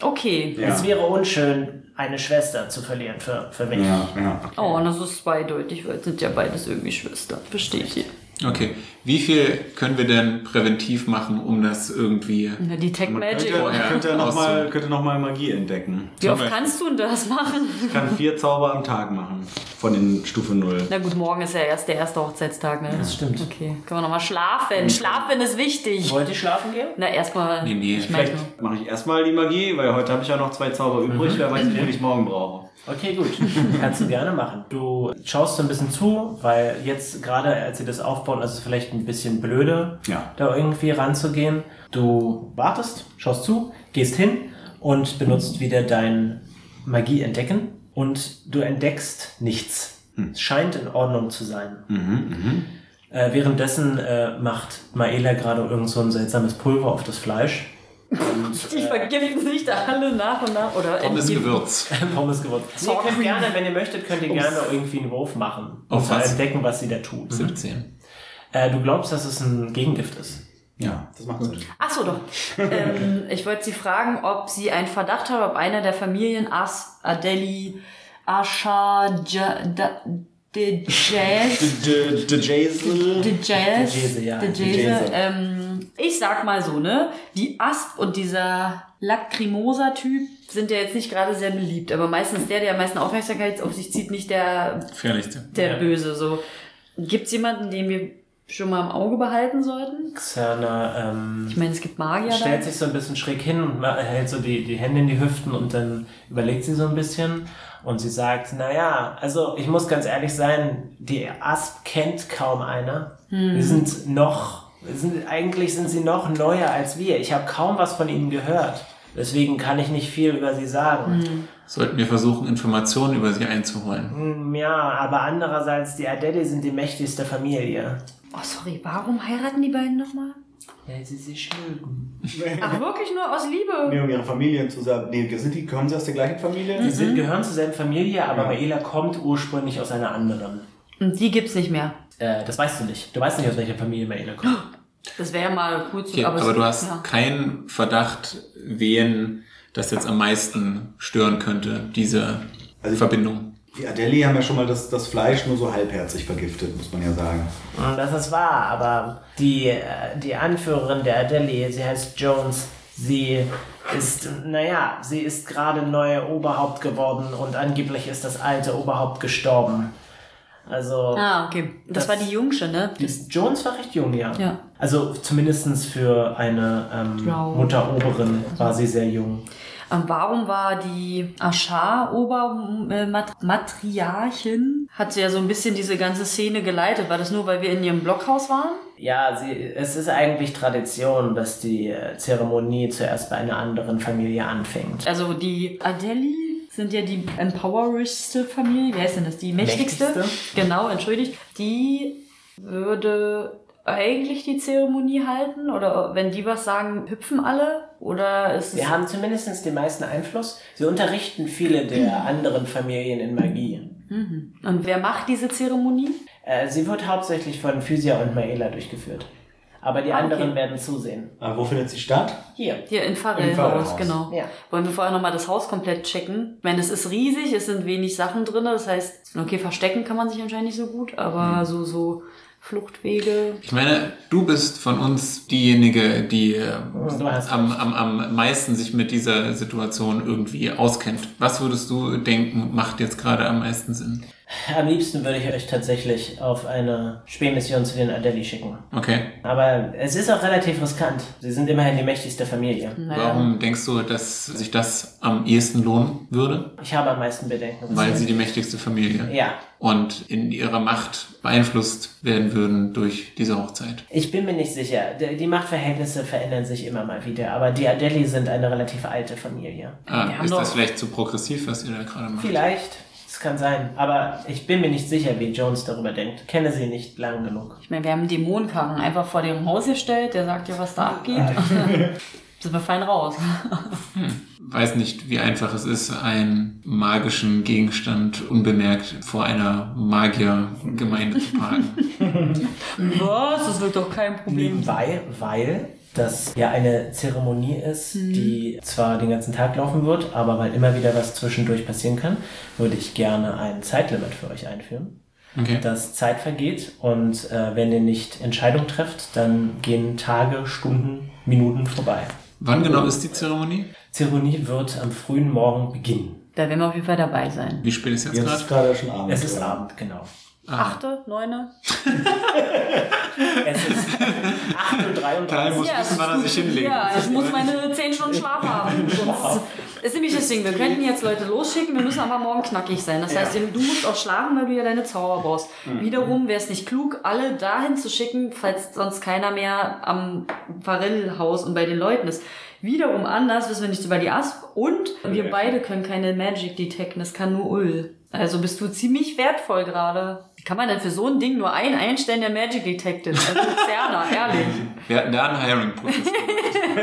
[SPEAKER 4] Okay.
[SPEAKER 5] Ja.
[SPEAKER 2] Es wäre unschön, eine Schwester zu verlieren für, für mich.
[SPEAKER 5] Ja, ja.
[SPEAKER 4] Oh, und das ist zweideutig, weil es sind ja beides irgendwie Schwestern. Verstehe ich.
[SPEAKER 3] Okay. Wie viel können wir denn präventiv machen, um das irgendwie.
[SPEAKER 4] Na, die Tech
[SPEAKER 5] Man
[SPEAKER 4] Magic.
[SPEAKER 5] könnte, man könnte
[SPEAKER 3] Ja,
[SPEAKER 5] nochmal
[SPEAKER 3] auszu-
[SPEAKER 5] könnte noch mal Magie entdecken.
[SPEAKER 4] Wie oft
[SPEAKER 3] Zum Beispiel.
[SPEAKER 4] kannst du denn das machen?
[SPEAKER 5] Ich kann vier Zauber am Tag machen. Von den Stufe 0.
[SPEAKER 4] Na gut, morgen ist ja erst der erste Hochzeitstag, ne? Das
[SPEAKER 2] stimmt.
[SPEAKER 4] Okay, können wir nochmal schlafen. Schlafen ist wichtig.
[SPEAKER 2] Wollt ihr schlafen gehen?
[SPEAKER 4] Na, erstmal.
[SPEAKER 3] Nee, nee.
[SPEAKER 4] Ich meine,
[SPEAKER 5] Vielleicht mache ich erstmal die Magie, weil heute habe ich ja noch zwei Zauber übrig. Wer weiß, wie viel ich morgen brauche.
[SPEAKER 2] Okay, gut. Kannst du gerne machen. Du schaust so ein bisschen zu, weil jetzt gerade, als sie das aufbauen, ist es vielleicht ein bisschen blöde,
[SPEAKER 5] Ja.
[SPEAKER 2] da irgendwie ranzugehen. Du wartest, schaust zu, gehst hin und benutzt wieder dein Magie entdecken und du entdeckst nichts. Es scheint in Ordnung zu sein. Äh, währenddessen äh, macht Maela gerade irgend so ein seltsames Pulver auf das Fleisch.
[SPEAKER 4] die vergiften sich da alle nach und nach. Oder
[SPEAKER 3] Pommes
[SPEAKER 4] entgiften.
[SPEAKER 3] Gewürz.
[SPEAKER 2] Pommes geworden. Nee, ihr könnt gerne, wenn ihr möchtet, könnt ihr gerne irgendwie einen Wurf machen. Um
[SPEAKER 3] Auf
[SPEAKER 2] zu
[SPEAKER 3] was?
[SPEAKER 2] entdecken, was sie da tut.
[SPEAKER 3] 17.
[SPEAKER 2] Äh, du glaubst, dass es ein Gegengift ist.
[SPEAKER 5] Ja, das macht Sinn.
[SPEAKER 4] Achso, doch. ähm, ich wollte Sie fragen, ob Sie einen Verdacht haben, ob einer der Familien As Adeli Ashaja da- de Jazz.
[SPEAKER 5] The Jason.
[SPEAKER 4] De Jazz.
[SPEAKER 2] De Jese, ja,
[SPEAKER 4] De
[SPEAKER 2] de
[SPEAKER 4] Jese,
[SPEAKER 5] Jese.
[SPEAKER 4] ähm, ich sag mal so, ne? Die Asp und dieser Lacrimosa-Typ sind ja jetzt nicht gerade sehr beliebt, aber meistens der, der am meisten Aufmerksamkeit auf sich zieht, nicht der
[SPEAKER 3] Gefährlichste.
[SPEAKER 4] der
[SPEAKER 2] Ja.
[SPEAKER 4] Böse. So. Gibt es jemanden, den wir schon mal im Auge behalten sollten?
[SPEAKER 2] Xana ähm,
[SPEAKER 4] Ich meine, es gibt Magier
[SPEAKER 2] stellt
[SPEAKER 4] da.
[SPEAKER 2] sich so ein bisschen schräg hin und ma- hält so die, die Hände in die Hüften und dann überlegt sie so ein bisschen. Und sie sagt, naja, also ich muss ganz ehrlich sein, die Asp kennt kaum einer. Wir sind noch, wir sind, eigentlich sind sie noch neuer als wir. Ich habe kaum was von ihnen gehört. Deswegen kann ich nicht viel über sie sagen.
[SPEAKER 3] Sollten wir versuchen, Informationen über sie einzuholen.
[SPEAKER 2] Hm, Ja, aber andererseits, die Adele sind die mächtigste Familie.
[SPEAKER 4] Oh, sorry, warum heiraten die beiden nochmal?
[SPEAKER 2] Weil sie sich mögen.
[SPEAKER 4] Ach, wirklich nur aus Liebe?
[SPEAKER 5] Nee, um ihre Familien zusammen. Nee, sind die, kommen sie aus der gleichen
[SPEAKER 2] Die
[SPEAKER 4] Mhm.
[SPEAKER 5] Familie?
[SPEAKER 2] sind, gehören zur selben Familie, aber Maela kommt ursprünglich aus einer anderen.
[SPEAKER 4] Und Hm, die gibt's nicht mehr.
[SPEAKER 2] Äh, das weißt du nicht. Du weißt nicht, aus welcher Familie Maela kommt.
[SPEAKER 4] Das wäre ja mal cool zu
[SPEAKER 3] Okay, aber,
[SPEAKER 4] es-
[SPEAKER 3] du hast
[SPEAKER 4] ja.
[SPEAKER 3] keinen Verdacht, wen das jetzt am meisten stören könnte, diese
[SPEAKER 5] Also-
[SPEAKER 3] Verbindung.
[SPEAKER 5] Die Adeli haben ja schon mal das, das Fleisch nur so halbherzig vergiftet, muss man ja sagen.
[SPEAKER 4] Ah.
[SPEAKER 2] Und Das ist wahr, aber die, äh, die Anführerin der Adele, sie heißt Jones, sie ist, naja, sie ist gerade neue Oberhaupt geworden und angeblich ist das alte Oberhaupt gestorben. Also,
[SPEAKER 4] Ah, okay. Das,
[SPEAKER 2] Das-
[SPEAKER 4] war die Jungsche, ne?
[SPEAKER 2] die Jones war recht jung, ja.
[SPEAKER 4] Ja.
[SPEAKER 2] Also zumindest für eine ähm,
[SPEAKER 4] Frau. Also.
[SPEAKER 2] Mutteroberin war sie sehr jung.
[SPEAKER 4] Ähm, warum war die Aschar-Obermatriarchin, hat sie ja so ein bisschen diese ganze Szene geleitet. War das nur, weil wir in ihrem Blockhaus waren?
[SPEAKER 2] Ja, sie, es ist eigentlich Tradition, dass die äh, Zeremonie zuerst bei einer anderen Familie anfängt.
[SPEAKER 4] Also die Adeli sind ja die empowerischste Familie. Wie heißt denn das? Die mächtigste?
[SPEAKER 2] Mächtigste.
[SPEAKER 4] Genau, entschuldigt. Die würde eigentlich die Zeremonie halten oder wenn die was sagen, hüpfen alle oder ist es
[SPEAKER 2] Wir haben zumindest den meisten Einfluss. Sie unterrichten viele der anderen Familien in Magie.
[SPEAKER 4] Mhm. Und wer macht diese Zeremonie?
[SPEAKER 2] Äh, sie wird hauptsächlich von Physia und Maela durchgeführt. Aber die
[SPEAKER 4] Ah, okay.
[SPEAKER 2] anderen werden zusehen.
[SPEAKER 5] Aber Äh, wo findet sie statt?
[SPEAKER 2] Hier.
[SPEAKER 4] Hier in
[SPEAKER 5] Im
[SPEAKER 4] Farrellhaus,
[SPEAKER 5] Farrellhaus.
[SPEAKER 4] genau.
[SPEAKER 2] Ja.
[SPEAKER 4] Wollen wir vorher nochmal das Haus komplett checken? Ich meine, es ist riesig, es sind wenig Sachen drin, das heißt, okay, verstecken kann man sich anscheinend nicht so gut, aber
[SPEAKER 2] Hm.
[SPEAKER 4] so, so Fluchtwege.
[SPEAKER 3] Ich meine, du bist von uns diejenige, die äh,
[SPEAKER 4] Mhm.
[SPEAKER 2] Du hast
[SPEAKER 3] am, am, am meisten sich mit dieser Situation irgendwie auskennt. Was würdest du denken, macht jetzt gerade am meisten Sinn?
[SPEAKER 2] Am liebsten würde ich euch tatsächlich auf eine Spähmission zu den Adeli schicken.
[SPEAKER 3] Okay.
[SPEAKER 2] Aber es ist auch relativ riskant. Sie sind immerhin die mächtigste Familie.
[SPEAKER 4] Naja.
[SPEAKER 3] Warum denkst du, dass sich das am ehesten lohnen würde?
[SPEAKER 2] Ich habe am meisten Bedenken.
[SPEAKER 3] Weil sie die mächtigste Familie
[SPEAKER 2] Ja.
[SPEAKER 3] und in ihrer Macht beeinflusst werden würden durch diese Hochzeit.
[SPEAKER 2] Ich bin mir nicht sicher. D- Die Machtverhältnisse verändern sich immer mal wieder, aber die Adeli sind eine relativ alte Familie.
[SPEAKER 3] Ah,
[SPEAKER 4] Wir haben
[SPEAKER 3] ist das
[SPEAKER 4] doch-
[SPEAKER 3] vielleicht zu progressiv, was ihr da gerade macht?
[SPEAKER 2] Vielleicht, es kann sein, aber ich bin mir nicht sicher, wie Jones darüber denkt. Kenne sie nicht lang genug.
[SPEAKER 4] Ich meine, wir haben einen Dämonenkarren einfach vor dem Haus gestellt, der sagt ja, was da abgeht. sind wir fein raus.
[SPEAKER 3] weiß nicht, wie einfach es ist, einen magischen Gegenstand unbemerkt vor einer Magiergemeinde zu parken.
[SPEAKER 4] Was? Das wird doch kein Problem.
[SPEAKER 2] Nebenbei, weil das ja eine Zeremonie ist, die zwar den ganzen Tag laufen wird, aber weil immer wieder was zwischendurch passieren kann, würde ich gerne ein Zeitlimit für euch einführen.
[SPEAKER 3] Okay.
[SPEAKER 2] dass Zeit vergeht und äh, wenn ihr nicht Entscheidung trefft, dann gehen Tage, Stunden, Minuten vorbei.
[SPEAKER 3] Wann genau ist die Zeremonie?
[SPEAKER 2] Zeremonie wird am frühen Morgen beginnen.
[SPEAKER 4] Da werden wir auf jeden Fall dabei sein.
[SPEAKER 3] Wie spät ist jetzt
[SPEAKER 5] Jetzt ist
[SPEAKER 3] gerade?
[SPEAKER 5] gerade schon Abend.
[SPEAKER 2] Es ist
[SPEAKER 5] oder?
[SPEAKER 2] Abend, genau.
[SPEAKER 4] Achte, neune.
[SPEAKER 2] Es ist 8.33
[SPEAKER 3] Teil
[SPEAKER 2] Uhr.
[SPEAKER 3] muss wissen, wann er sich hinlegt.
[SPEAKER 4] Ja, ich muss meine 10 Stunden Schlaf haben. Sonst ist nämlich das Ding, wir könnten jetzt Leute losschicken, wir müssen aber morgen knackig sein. Das heißt, du musst auch schlafen, weil du ja deine Zauber brauchst. Wiederum wäre es nicht klug, alle dahin zu schicken, falls sonst keiner mehr am Farrell-Haus und bei den Leuten ist. Wiederum anders, wissen wir nichts über die Asp und wir beide können keine Magic detecten, das kann nur Ul. Also bist du ziemlich wertvoll gerade. Wie kann man denn für so ein Ding nur einen einstellen, der Magic detected? Also Zerner, ehrlich.
[SPEAKER 3] Wir hatten da einen Hiring-Prozess.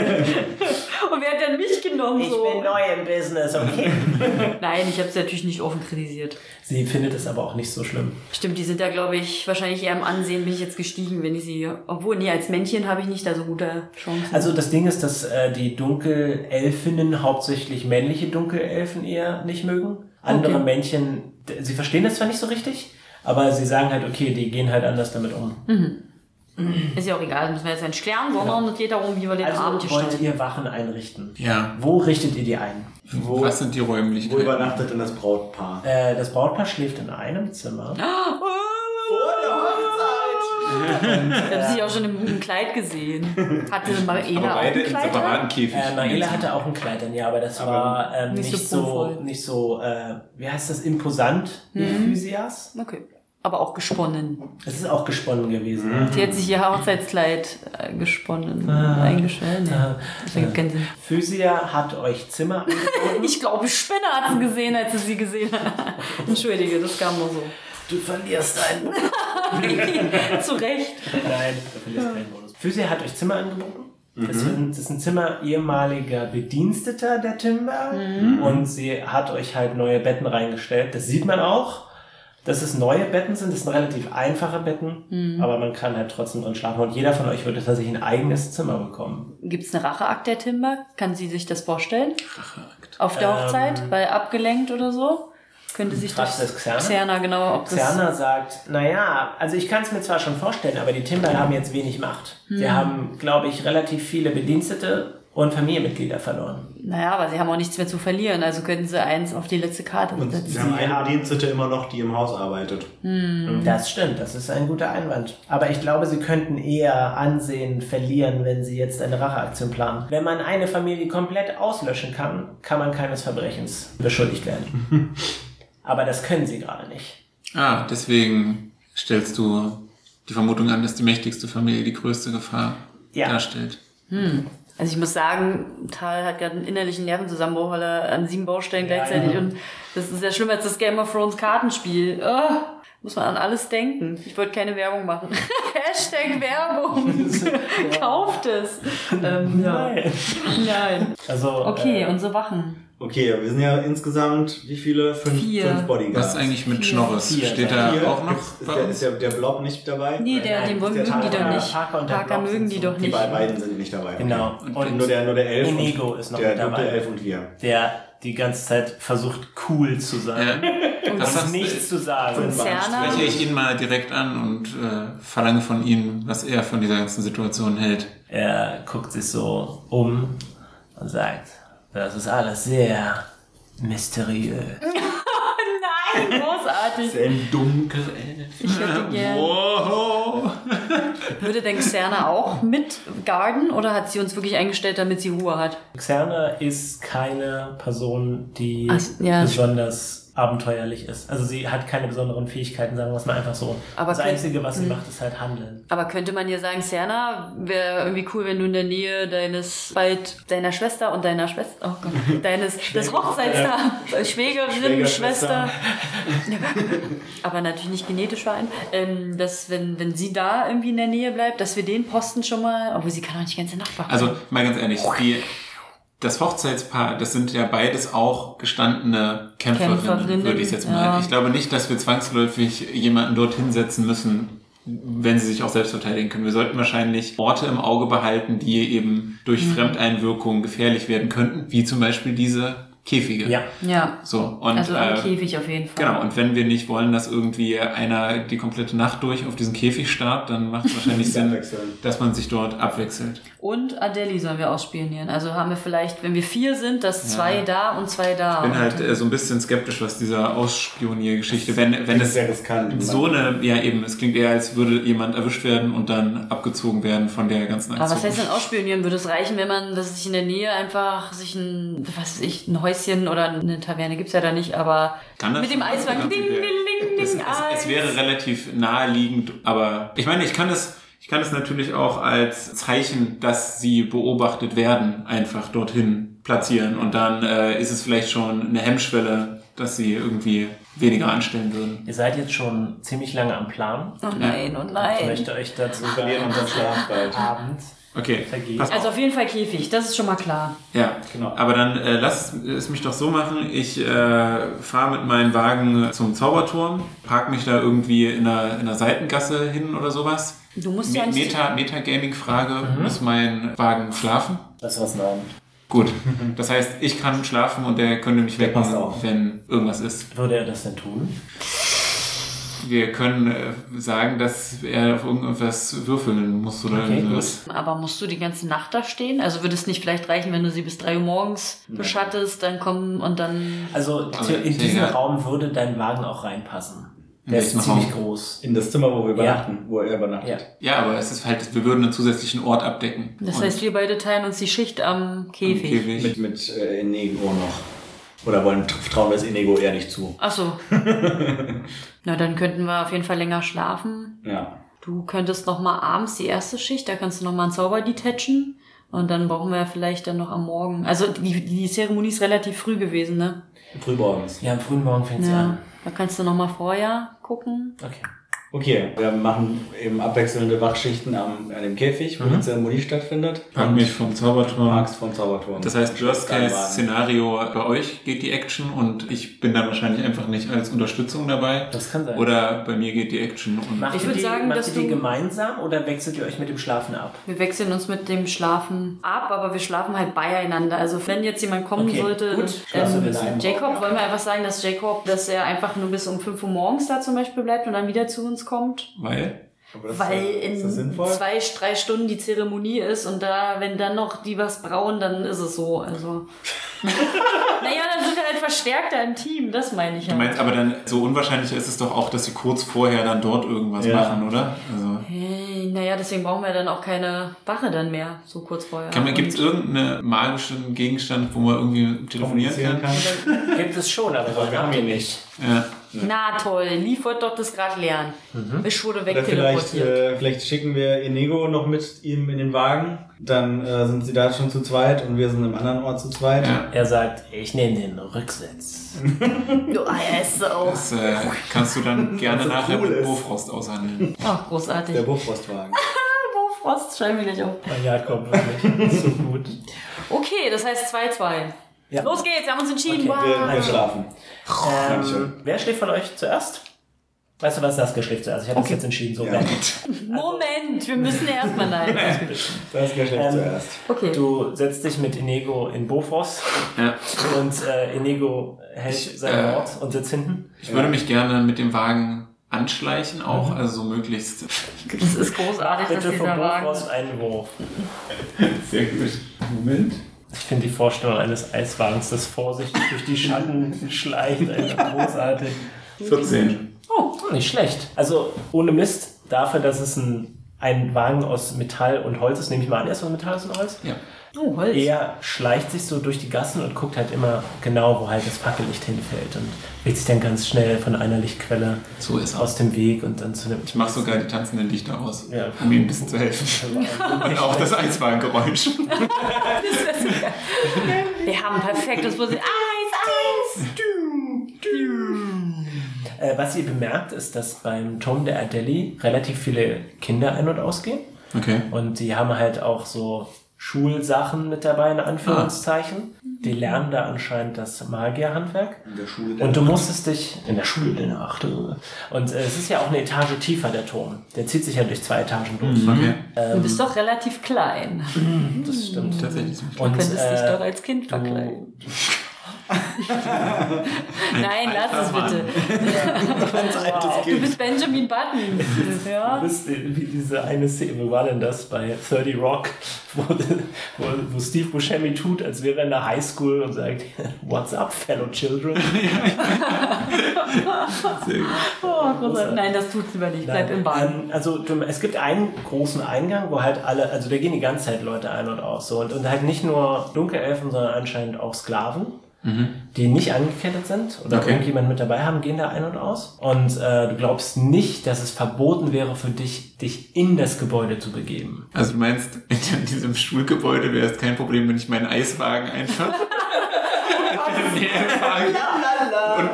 [SPEAKER 4] Und wer hat denn mich genommen?
[SPEAKER 2] Ich
[SPEAKER 4] so?
[SPEAKER 2] bin neu im Business, okay.
[SPEAKER 4] Nein, ich habe es natürlich nicht offen kritisiert.
[SPEAKER 2] Sie findet es aber auch nicht so schlimm.
[SPEAKER 4] Stimmt, die sind da, glaube ich, wahrscheinlich eher im Ansehen bin ich jetzt gestiegen, wenn ich sie. Obwohl, nee, als Männchen habe ich nicht da so gute Chancen.
[SPEAKER 2] Also das Ding ist, dass äh, die Dunkelelfinnen hauptsächlich männliche Dunkelelfen eher nicht mögen. Andere
[SPEAKER 4] Okay.
[SPEAKER 2] Männchen, d- sie verstehen das zwar nicht so richtig, aber sie sagen halt, okay, die gehen halt anders damit um.
[SPEAKER 4] ist ja auch egal, das müssen wir jetzt nicht klären, sondern es geht darum, wie wir den Abend
[SPEAKER 2] Also
[SPEAKER 4] hier
[SPEAKER 2] wollt
[SPEAKER 4] gestalten.
[SPEAKER 2] ihr Wachen einrichten?
[SPEAKER 3] Ja.
[SPEAKER 2] Wo richtet ihr die ein?
[SPEAKER 5] Wo-
[SPEAKER 3] Was sind die
[SPEAKER 5] Wo
[SPEAKER 3] Räumlichkeiten?
[SPEAKER 5] übernachtet denn das Brautpaar?
[SPEAKER 2] Äh, das Brautpaar schläft in einem Zimmer.
[SPEAKER 4] Ah,
[SPEAKER 5] Vor der Hochzeit!
[SPEAKER 4] Ich habe sie auch schon im, im Kleid gesehen. Hatte
[SPEAKER 3] Aber
[SPEAKER 4] Maela auch ein
[SPEAKER 3] beide in
[SPEAKER 4] Kleid? an?
[SPEAKER 3] separaten Käfig.
[SPEAKER 2] Äh, Maela hatte auch ein Kleid an, ja, aber das war ähm,
[SPEAKER 4] nicht
[SPEAKER 2] nicht,
[SPEAKER 4] so
[SPEAKER 2] so,
[SPEAKER 4] prunkvoll. Mhm.
[SPEAKER 2] nicht so, äh, wie heißt das, imposant wie Physias.
[SPEAKER 4] Okay. Aber auch gesponnen.
[SPEAKER 2] Es ist auch gesponnen gewesen.
[SPEAKER 4] Sie hat sich ihr Hochzeitskleid äh, gesponnen, eingeschwellen.
[SPEAKER 2] Äh,
[SPEAKER 4] Das ergibt keinen Sinn.
[SPEAKER 2] Physia hat euch Zimmer angeboten.
[SPEAKER 4] Ich glaube, Spinne hat sie gesehen, als sie sie gesehen hat. Entschuldige, das kam nur so.
[SPEAKER 2] du verlierst einen Bonus.
[SPEAKER 4] Zu Recht.
[SPEAKER 2] Nein, du verlierst keinen Bonus. Physia hat euch Zimmer angeboten. Das ist ein- das ist ein Zimmer ehemaliger Bediensteter der Timber. Und sie hat euch halt neue Betten reingestellt. Das sieht man auch, dass es neue Betten sind. Das sind relativ einfache Betten, aber man kann halt trotzdem drin schlafen. Und jeder von euch würde tatsächlich ein eigenes Zimmer bekommen.
[SPEAKER 4] Gibt es einen Racheakt der Timber? Kann sie sich das vorstellen? Racheakt. Auf der
[SPEAKER 2] Ähm.
[SPEAKER 4] Hochzeit? Weil abgelenkt oder so? Könnte sich
[SPEAKER 2] Fragst du das Xerna?
[SPEAKER 4] Xerna, genau. Ob das,
[SPEAKER 2] Xerna sagt, naja, also ich kann es mir zwar schon vorstellen, aber die Timber haben jetzt wenig Macht. Sie haben, glaube ich, relativ viele Bedienstete und Familienmitglieder verloren.
[SPEAKER 4] Naja, aber sie haben auch nichts mehr zu verlieren, also können sie eins auf die letzte Karte
[SPEAKER 5] Und
[SPEAKER 4] setzen.
[SPEAKER 5] sie haben eine Bedienstete immer noch, die im Haus arbeitet.
[SPEAKER 4] Mhm.
[SPEAKER 2] Das stimmt, das ist ein guter Einwand. Aber ich glaube, sie könnten eher Ansehen verlieren, wenn sie jetzt eine Racheaktion planen. Wenn man eine Familie komplett auslöschen kann, kann man keines Verbrechens beschuldigt werden. Aber das können sie gerade nicht.
[SPEAKER 3] Ah, deswegen stellst du die Vermutung an, dass die mächtigste Familie die größte Gefahr
[SPEAKER 2] Ja.
[SPEAKER 3] darstellt.
[SPEAKER 4] Also ich muss sagen, Tal hat gerade einen innerlichen Nervenzusammenbruch, weil er an sieben Baustellen
[SPEAKER 2] genau.
[SPEAKER 4] gleichzeitig und das ist ja schlimmer als das Game of Thrones Kartenspiel. Ah, muss man an alles denken. Ich wollte keine Werbung machen. Hashtag Werbung. Kauft es. Ähm, ja.
[SPEAKER 2] Nein.
[SPEAKER 4] Nein.
[SPEAKER 2] Also,
[SPEAKER 4] Okay,
[SPEAKER 2] äh,
[SPEAKER 4] unsere Wachen.
[SPEAKER 5] Okay, wir sind ja insgesamt, wie viele? Fünf,
[SPEAKER 4] Vier.
[SPEAKER 5] fünf Bodyguards.
[SPEAKER 3] Was ist eigentlich mit
[SPEAKER 4] Vier.
[SPEAKER 3] Schnorres?
[SPEAKER 2] Vier.
[SPEAKER 3] Steht da
[SPEAKER 5] Vier?
[SPEAKER 3] auch noch
[SPEAKER 5] Gibt's- Ist,
[SPEAKER 3] bei
[SPEAKER 5] der,
[SPEAKER 3] uns?
[SPEAKER 5] ist der, der Blob nicht dabei?
[SPEAKER 4] Nee, der,
[SPEAKER 2] Nein,
[SPEAKER 4] den wollen,
[SPEAKER 5] der
[SPEAKER 4] mögen die doch
[SPEAKER 5] Parker-
[SPEAKER 4] nicht.
[SPEAKER 2] Parker und der
[SPEAKER 4] Parker
[SPEAKER 2] Blob
[SPEAKER 4] mögen
[SPEAKER 2] sind
[SPEAKER 4] die
[SPEAKER 2] so
[SPEAKER 4] doch
[SPEAKER 5] Die
[SPEAKER 4] nicht.
[SPEAKER 5] bei- beiden sind nicht dabei.
[SPEAKER 2] genau.
[SPEAKER 3] Und
[SPEAKER 2] Und
[SPEAKER 5] Nur der, nur der Elf.
[SPEAKER 2] Inigo ist noch
[SPEAKER 5] der,
[SPEAKER 2] mit dabei.
[SPEAKER 5] Der Elf und wir.
[SPEAKER 2] der die ganze Zeit versucht, cool zu sein.
[SPEAKER 3] Ja. Das
[SPEAKER 2] Und
[SPEAKER 3] hast,
[SPEAKER 2] nichts zu sagen.
[SPEAKER 5] Fünf.
[SPEAKER 4] Cerner.
[SPEAKER 3] spreche ich ihn mal direkt an und äh, verlange von ihm, was er von dieser ganzen Situation hält.
[SPEAKER 2] Er guckt sich so um und sagt, das ist alles sehr mysteriös.
[SPEAKER 4] Nein, großartig.
[SPEAKER 5] Im Dunkeln.
[SPEAKER 2] äh.
[SPEAKER 4] Ich hätte gern.
[SPEAKER 3] Wow!
[SPEAKER 4] Würde denn Xerna auch mit Garden oder hat sie uns wirklich eingestellt, damit sie Ruhe hat?
[SPEAKER 2] Xerna ist keine Person, die
[SPEAKER 4] Ach, ja.
[SPEAKER 2] besonders abenteuerlich ist. Also sie hat keine besonderen Fähigkeiten, sagen wir es mal einfach so.
[SPEAKER 4] Aber Mhm.
[SPEAKER 2] das
[SPEAKER 4] okay.
[SPEAKER 2] Einzige, was sie macht, ist halt handeln.
[SPEAKER 4] Aber könnte man ja sagen, Serna, wäre irgendwie cool, wenn du in der Nähe deines bald deiner Schwester und deiner Schwester, oh Gott, deines des Hochzeitstags, Schwägerin,
[SPEAKER 5] Schwägerschwester.
[SPEAKER 4] Schwester. Aber natürlich nicht genetisch vereint. Ähm, dass wenn, wenn sie da irgendwie in der Nähe bleibt, dass wir den Posten schon mal, obwohl sie kann doch nicht die ganze Nacht wachen.
[SPEAKER 3] Also mal ganz ehrlich, die, das Hochzeitspaar, das sind ja beides auch gestandene Kämpferinnen,
[SPEAKER 4] Kämpferinnen,
[SPEAKER 3] würde ich jetzt mal.
[SPEAKER 4] ja.
[SPEAKER 3] Ich glaube nicht, dass wir zwangsläufig jemanden dorthin setzen müssen, wenn sie sich auch selbst verteidigen können. Wir sollten wahrscheinlich Orte im Auge behalten, die eben durch
[SPEAKER 4] Mhm.
[SPEAKER 3] Fremdeinwirkung gefährlich werden könnten, wie zum Beispiel diese Käfige.
[SPEAKER 2] Ja.
[SPEAKER 4] ja,
[SPEAKER 3] So, und
[SPEAKER 4] also am
[SPEAKER 3] äh,
[SPEAKER 4] Käfig auf jeden Fall.
[SPEAKER 3] Genau, und wenn wir nicht wollen, dass irgendwie einer die komplette Nacht durch auf diesen Käfig starrt, dann macht es wahrscheinlich Sinn,
[SPEAKER 5] abwechseln.
[SPEAKER 3] dass man sich dort abwechselt.
[SPEAKER 4] Und Adeli sollen wir ausspionieren. Also haben wir vielleicht, wenn wir vier sind, dass zwei da und zwei da.
[SPEAKER 3] bin halt äh, so ein bisschen skeptisch, was dieser Ausspionier-Geschichte, wenn, wenn
[SPEAKER 5] Das
[SPEAKER 3] es
[SPEAKER 5] ist sehr riskant.
[SPEAKER 3] so eine, ja eben, es klingt eher, als würde jemand erwischt werden und dann abgezogen werden von der ganzen Aktion.
[SPEAKER 4] Aber was heißt denn ausspionieren? Würde es reichen, wenn man dass sich in der Nähe einfach sich ein, was weiß ich, ein Häuschen oder eine Taverne gibt's ja da nicht, aber
[SPEAKER 3] Kann das
[SPEAKER 4] mit dem
[SPEAKER 3] schon
[SPEAKER 4] Eiswagen.
[SPEAKER 3] sein, Also,
[SPEAKER 4] Ding,
[SPEAKER 3] prinzipiell.
[SPEAKER 4] ding, ding,
[SPEAKER 3] es,
[SPEAKER 4] ding,
[SPEAKER 3] es, es wäre
[SPEAKER 4] Eis.
[SPEAKER 3] relativ naheliegend, aber ich meine, ich kann es, ich kann es natürlich auch als Zeichen, dass sie beobachtet werden, einfach dorthin platzieren und dann äh, ist es vielleicht schon eine Hemmschwelle, dass sie irgendwie weniger anstellen würden.
[SPEAKER 2] Ihr seid jetzt schon ziemlich lange am Plan.
[SPEAKER 4] Oh nein, oh
[SPEAKER 2] Ich
[SPEAKER 4] nein.
[SPEAKER 2] möchte euch dazu
[SPEAKER 5] Verlieren
[SPEAKER 2] sagen,
[SPEAKER 5] unseren Schlaf bald.
[SPEAKER 2] Abend.
[SPEAKER 3] Okay,
[SPEAKER 2] Vergeht.
[SPEAKER 3] pass auf.
[SPEAKER 4] Also auf jeden Fall Käfig, das ist schon mal klar.
[SPEAKER 3] Ja, genau. Aber dann äh, lass es mich doch so machen. Ich äh, fahre mit meinem Wagen zum Zauberturm, park mich da irgendwie in einer, in einer Seitengasse hin oder sowas.
[SPEAKER 4] Du musst ja
[SPEAKER 3] Me-
[SPEAKER 4] nicht.
[SPEAKER 3] Meta- Metagaming-Frage, muss mein Wagen schlafen?
[SPEAKER 2] Das war's ein Abend.
[SPEAKER 3] Gut. Das heißt, ich kann schlafen und der könnte mich wecken,
[SPEAKER 5] passt auf.
[SPEAKER 3] wenn irgendwas ist.
[SPEAKER 2] Würde er das denn tun?
[SPEAKER 3] Wir können äh, sagen, dass er auf irgendwas würfeln muss oder
[SPEAKER 2] Okay,
[SPEAKER 3] irgendwas.
[SPEAKER 4] Aber musst du die ganze Nacht da stehen? Also würde es nicht vielleicht reichen, wenn du sie bis drei Uhr morgens beschattest, dann kommen und dann.
[SPEAKER 2] Also
[SPEAKER 3] Also,
[SPEAKER 2] in diesen
[SPEAKER 3] egal.
[SPEAKER 2] Raum würde dein Wagen auch reinpassen. Der ist
[SPEAKER 3] welchen
[SPEAKER 2] ziemlich
[SPEAKER 3] Raum?
[SPEAKER 2] groß.
[SPEAKER 5] In das Zimmer, wo wir
[SPEAKER 2] Ja.
[SPEAKER 5] übernachten, wo er übernachtet.
[SPEAKER 2] Ja.
[SPEAKER 3] Ja, aber es ist halt, wir würden einen zusätzlichen Ort abdecken.
[SPEAKER 4] Das
[SPEAKER 3] Und-
[SPEAKER 4] heißt, wir beide teilen uns die Schicht am Käfig.
[SPEAKER 3] Okay, wir-
[SPEAKER 5] Mit, mit äh, Inigo noch. Oder wollen, trauen wir es Inigo eher nicht zu.
[SPEAKER 4] Ach so. Na, dann könnten wir auf jeden Fall länger schlafen.
[SPEAKER 5] Ja.
[SPEAKER 4] Du könntest noch mal abends die erste Schicht, da kannst du noch mal einen Zauber detachen. Und dann brauchen wir vielleicht dann noch am Morgen. Also die, die Zeremonie ist relativ früh gewesen, ne?
[SPEAKER 5] Frühmorgens.
[SPEAKER 2] Ja, am frühen Morgen fängt sie
[SPEAKER 4] Ja.
[SPEAKER 2] an.
[SPEAKER 4] Da kannst du noch mal vorher gucken.
[SPEAKER 2] Okay.
[SPEAKER 5] Okay, wir machen eben abwechselnde Wachschichten am, an dem Käfig,
[SPEAKER 3] Mhm.
[SPEAKER 5] wo die Zeremonie stattfindet.
[SPEAKER 3] Pack mich vom Zauberturm.
[SPEAKER 5] Magst vom Zauberturm.
[SPEAKER 3] Das heißt, Worst
[SPEAKER 5] Dann
[SPEAKER 3] Case
[SPEAKER 5] waren-
[SPEAKER 3] Szenario bei euch geht die Action und ich bin dann wahrscheinlich einfach nicht als Unterstützung dabei.
[SPEAKER 2] Das kann sein.
[SPEAKER 3] Oder bei mir geht die Action und
[SPEAKER 2] Macht
[SPEAKER 4] Ich
[SPEAKER 2] ihr
[SPEAKER 4] würd
[SPEAKER 2] die-
[SPEAKER 4] sagen,
[SPEAKER 2] macht
[SPEAKER 4] dass
[SPEAKER 2] ihr die
[SPEAKER 4] du-
[SPEAKER 2] gemeinsam oder wechselt ihr euch mit dem Schlafen ab?
[SPEAKER 4] Wir wechseln uns mit dem Schlafen ab, aber wir schlafen halt beieinander. Also wenn jetzt jemand kommen
[SPEAKER 2] Okay,
[SPEAKER 4] sollte,
[SPEAKER 2] gut. Schlafen wir in
[SPEAKER 4] ähm,
[SPEAKER 2] einem
[SPEAKER 4] Jacob, wollen wir einfach sagen, dass Jacob, dass er einfach nur bis um 5 Uhr morgens da zum Beispiel bleibt und dann wieder zu uns kommt.
[SPEAKER 3] weil
[SPEAKER 5] Aber das
[SPEAKER 4] Weil
[SPEAKER 5] ist, ja-
[SPEAKER 4] in
[SPEAKER 5] ist das sinnvoll?
[SPEAKER 4] zwei, drei Stunden die Zeremonie ist und da, wenn dann noch die was brauen, dann ist es so. Also. naja, dann sind wir halt verstärkter im Team, das meine ich halt.
[SPEAKER 3] Du
[SPEAKER 4] ja.
[SPEAKER 3] meinst aber dann, so unwahrscheinlich ist es doch auch, dass sie kurz vorher dann dort irgendwas
[SPEAKER 5] Ja.
[SPEAKER 3] machen, oder? Also,
[SPEAKER 4] Hey, naja, deswegen brauchen wir dann auch keine Wache dann mehr, so kurz vorher.
[SPEAKER 3] kann man, gibt's
[SPEAKER 4] Und-
[SPEAKER 3] irgendeinen magischen Gegenstand, wo man irgendwie telefonieren
[SPEAKER 5] Kommunizieren
[SPEAKER 3] kann?
[SPEAKER 5] kann.
[SPEAKER 2] Gibt es schon, aber wir haben ihn nicht.
[SPEAKER 3] Ja.
[SPEAKER 4] Na toll, liefert doch das gerade lernen. Ich wurde
[SPEAKER 5] Mhm. Oder vielleicht,
[SPEAKER 4] wegteleportiert.
[SPEAKER 5] äh, vielleicht schicken wir Inigo noch mit ihm in den Wagen. Dann äh, sind sie da schon zu zweit und wir sind im anderen Ort zu zweit.
[SPEAKER 3] Ja.
[SPEAKER 2] Er sagt, ich nehme den Rücksitz.
[SPEAKER 5] äh,
[SPEAKER 4] Du Eis auch.
[SPEAKER 3] Das äh, kannst du dann gerne
[SPEAKER 5] so
[SPEAKER 3] nachher
[SPEAKER 5] cool
[SPEAKER 3] mit
[SPEAKER 5] ist.
[SPEAKER 3] Bofrost aushandeln.
[SPEAKER 4] Ach, großartig.
[SPEAKER 5] Der Buchfrostwagen.
[SPEAKER 4] Wo Frost, schreiben wir gleich auf.
[SPEAKER 2] Ja, kommt wirklich. so gut.
[SPEAKER 4] Okay, das heißt 2-2.
[SPEAKER 2] Ja.
[SPEAKER 4] Los geht's, wir haben uns entschieden.
[SPEAKER 2] Okay,
[SPEAKER 5] Wir,
[SPEAKER 4] wow.
[SPEAKER 5] wir schlafen.
[SPEAKER 2] Ähm, wer schläft von euch zuerst? Weißt du was, das geschläft zuerst. Ich habe das jetzt entschieden, so
[SPEAKER 5] Ja.
[SPEAKER 2] wenn.
[SPEAKER 4] Moment, wir müssen erstmal nein.
[SPEAKER 5] Das Geschäft
[SPEAKER 2] Ähm,
[SPEAKER 5] zuerst.
[SPEAKER 4] Okay.
[SPEAKER 2] Du setzt dich mit Inigo in Bofors
[SPEAKER 3] Ja.
[SPEAKER 2] und äh, Inigo hält
[SPEAKER 3] Ich,
[SPEAKER 2] sein
[SPEAKER 3] äh,
[SPEAKER 2] Wort und sitzt hinten.
[SPEAKER 3] Ich würde mich gerne mit dem Wagen anschleichen, auch,
[SPEAKER 5] Mhm.
[SPEAKER 3] also so möglichst.
[SPEAKER 4] Das ist großartig, dass
[SPEAKER 2] Bitte
[SPEAKER 4] dieser
[SPEAKER 2] von
[SPEAKER 4] Wagen.
[SPEAKER 2] Bofors einen Wurf.
[SPEAKER 3] Sehr gut. Moment.
[SPEAKER 2] Ich finde die Vorstellung eines Eiswagens, das vorsichtig durch die Schatten schleicht, einfach großartig.
[SPEAKER 3] 14.
[SPEAKER 2] Oh, nicht schlecht. Also ohne Mist, dafür, dass es ein, ein Wagen aus Metall und Holz ist, nehme ich mal an, er ist aus Metall und Holz.
[SPEAKER 3] Ja.
[SPEAKER 4] Oh, Holz.
[SPEAKER 2] Er schleicht sich so durch die Gassen und guckt halt immer genau, wo halt das Fackellicht hinfällt und will sich dann ganz schnell von einer Lichtquelle
[SPEAKER 3] So ist er.
[SPEAKER 2] aus dem Weg und dann zu dem.
[SPEAKER 3] Ich mache sogar die tanzenden Lichter aus,
[SPEAKER 2] Ja.
[SPEAKER 3] um ihm ein bisschen zu helfen. Und auch das Eiswagengeräusch.
[SPEAKER 4] Wir haben ein perfektes Puzzle. Eis, Eis!
[SPEAKER 2] Äh, was ihr bemerkt, ist, dass beim Turm der Adeli relativ viele Kinder ein- und ausgehen.
[SPEAKER 3] Okay.
[SPEAKER 2] Und die haben halt auch so Schulsachen mit dabei, in Anführungszeichen. Die lernen da anscheinend das Magierhandwerk.
[SPEAKER 5] In der Schule.
[SPEAKER 2] Und du musstest dich in der Schule in der Achte. Und äh, es ist ja auch eine Etage tiefer, der Turm. Der zieht sich ja durch zwei Etagen durch.
[SPEAKER 3] Okay.
[SPEAKER 2] Ähm,
[SPEAKER 4] Du bist doch relativ klein.
[SPEAKER 2] Das stimmt.
[SPEAKER 3] Tatsächlich.
[SPEAKER 2] Und,
[SPEAKER 4] Könntest dich
[SPEAKER 2] äh,
[SPEAKER 4] doch als Kind verkleiden. Nein, lass es
[SPEAKER 3] alter
[SPEAKER 4] bitte. Du bist Benjamin Button.
[SPEAKER 2] Du
[SPEAKER 4] Ja.
[SPEAKER 2] bist äh, wie diese eine Szene, wo war denn das bei 30 Rock, wo, wo, wo Steve Buscemi tut, als wäre er in der Highschool und sagt, What's up, fellow children?
[SPEAKER 3] Sehr gut.
[SPEAKER 4] Oh, großartig. Nein, das tut's lieber nicht. Bleib im Wagen.
[SPEAKER 2] Ähm, Also du, es gibt einen großen Eingang, wo halt alle, also da gehen die ganze Zeit Leute ein und aus. So. Und, und halt nicht nur Dunkelelfen, sondern anscheinend auch Sklaven, die nicht angekettet sind oder
[SPEAKER 3] Okay.
[SPEAKER 2] irgendjemand mit dabei haben, gehen da ein und aus. Und äh, du glaubst nicht, dass es verboten wäre für dich, dich in das Gebäude zu begeben.
[SPEAKER 3] Also du meinst, in diesem Schulgebäude wäre es kein Problem, wenn ich meinen Eiswagen einfach in die Nähe fahre.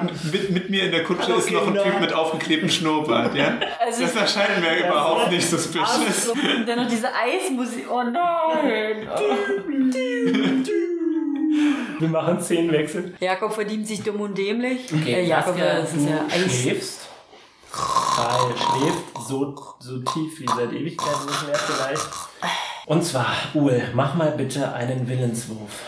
[SPEAKER 3] Und mit, mit mir in der Kutsche ist noch ein
[SPEAKER 2] Kinder.
[SPEAKER 3] Typ mit aufgeklebtem Schnurrbart, ja?
[SPEAKER 4] Also
[SPEAKER 3] das
[SPEAKER 4] ich-
[SPEAKER 3] erscheint mir überhaupt nicht suspicious.
[SPEAKER 4] Ah, So, und dann noch diese Eismusik. Oh nein.
[SPEAKER 2] Wir machen Szenenwechsel.
[SPEAKER 4] Jakob verdient sich dumm und dämlich. äh, Jakob,
[SPEAKER 2] Saskia,
[SPEAKER 4] das ist
[SPEAKER 2] du
[SPEAKER 4] ja Eis.
[SPEAKER 2] schläfst. Karl schläft so, so tief wie seit Ewigkeiten nicht mehr vielleicht. Und zwar, Uhl, mach mal bitte einen Willenswurf.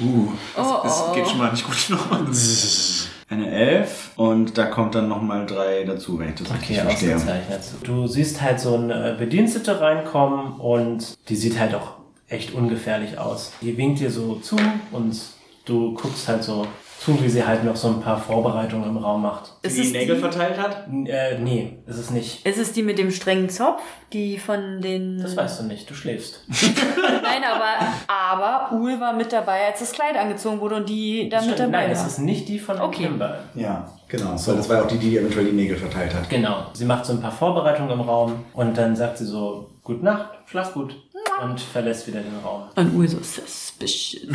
[SPEAKER 3] Uh, das,
[SPEAKER 4] Oh,
[SPEAKER 3] das
[SPEAKER 4] oh.
[SPEAKER 3] geht schon mal nicht gut los.
[SPEAKER 5] Eine Elf und da kommt dann nochmal drei dazu, wenn ich das richtig verstehe.
[SPEAKER 2] ausgezeichnet. Du siehst halt so eine Bedienstete reinkommen und die sieht halt auch echt ungefährlich aus. Die winkt dir so zu und du guckst halt so zu, wie sie halt noch so ein paar Vorbereitungen im Raum macht.
[SPEAKER 4] Ist es, die,
[SPEAKER 5] verteilt hat?
[SPEAKER 2] N äh, nee, ist es nicht.
[SPEAKER 4] ist es die mit dem strengen Zopf? Die von den...
[SPEAKER 2] Das weißt du nicht, du schläfst.
[SPEAKER 4] Nein, aber, aber Uhl war mit dabei, als das Kleid angezogen wurde und die da mit
[SPEAKER 2] Stimmt,
[SPEAKER 4] dabei
[SPEAKER 2] Nein, es
[SPEAKER 4] war.
[SPEAKER 2] ist nicht die von
[SPEAKER 4] Okay.
[SPEAKER 2] Kimber.
[SPEAKER 5] Ja, genau. So, das war auch die, die eventuell die Nägel verteilt hat.
[SPEAKER 2] Genau. Sie macht so ein paar Vorbereitungen im Raum und dann sagt sie so, Gute Nacht, schlaf gut. Und verlässt wieder den Raum.
[SPEAKER 4] Und Uhl so suspicious.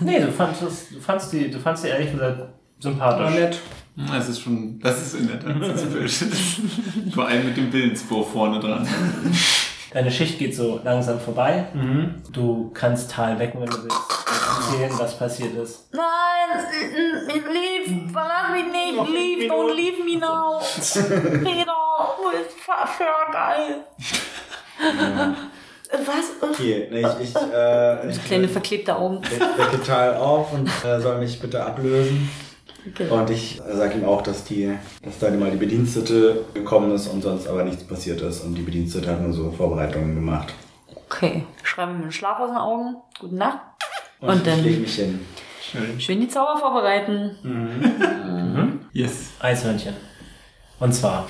[SPEAKER 2] Nee, du fandest, du fandst die, du fandst die ehrlich gesagt sympathisch.
[SPEAKER 3] Das ist schon, das ist in der Tat suspicious. Vor allem mit dem Willenswurf vorne dran.
[SPEAKER 2] Deine Schicht geht so langsam vorbei. Du kannst Tal wecken, wenn du willst. und Erzählen, was passiert ist.
[SPEAKER 4] Nein, n- n- leave, verlass mich nicht, leave, don't leave me now. Peter, Uhl ist verfehlt, geil. Was?
[SPEAKER 5] Okay, ne, ich, ich, äh, ich
[SPEAKER 4] Kleine verklebte Augen.
[SPEAKER 5] äh, ich wecke Tal auf und äh, soll mich bitte ablösen.
[SPEAKER 4] Okay.
[SPEAKER 5] Und ich sage ihm auch, dass die, dass da mal die Bedienstete gekommen ist und sonst aber nichts passiert ist. Und die Bedienstete hat nur so Vorbereitungen gemacht.
[SPEAKER 4] Okay. Schreiben wir einen Schlaf aus den Augen. Gute Nacht. Und,
[SPEAKER 5] ich lege
[SPEAKER 4] dann
[SPEAKER 5] mich hin.
[SPEAKER 4] schön die Zauber vorbereiten.
[SPEAKER 3] Yes.
[SPEAKER 2] Eishörnchen. Und zwar,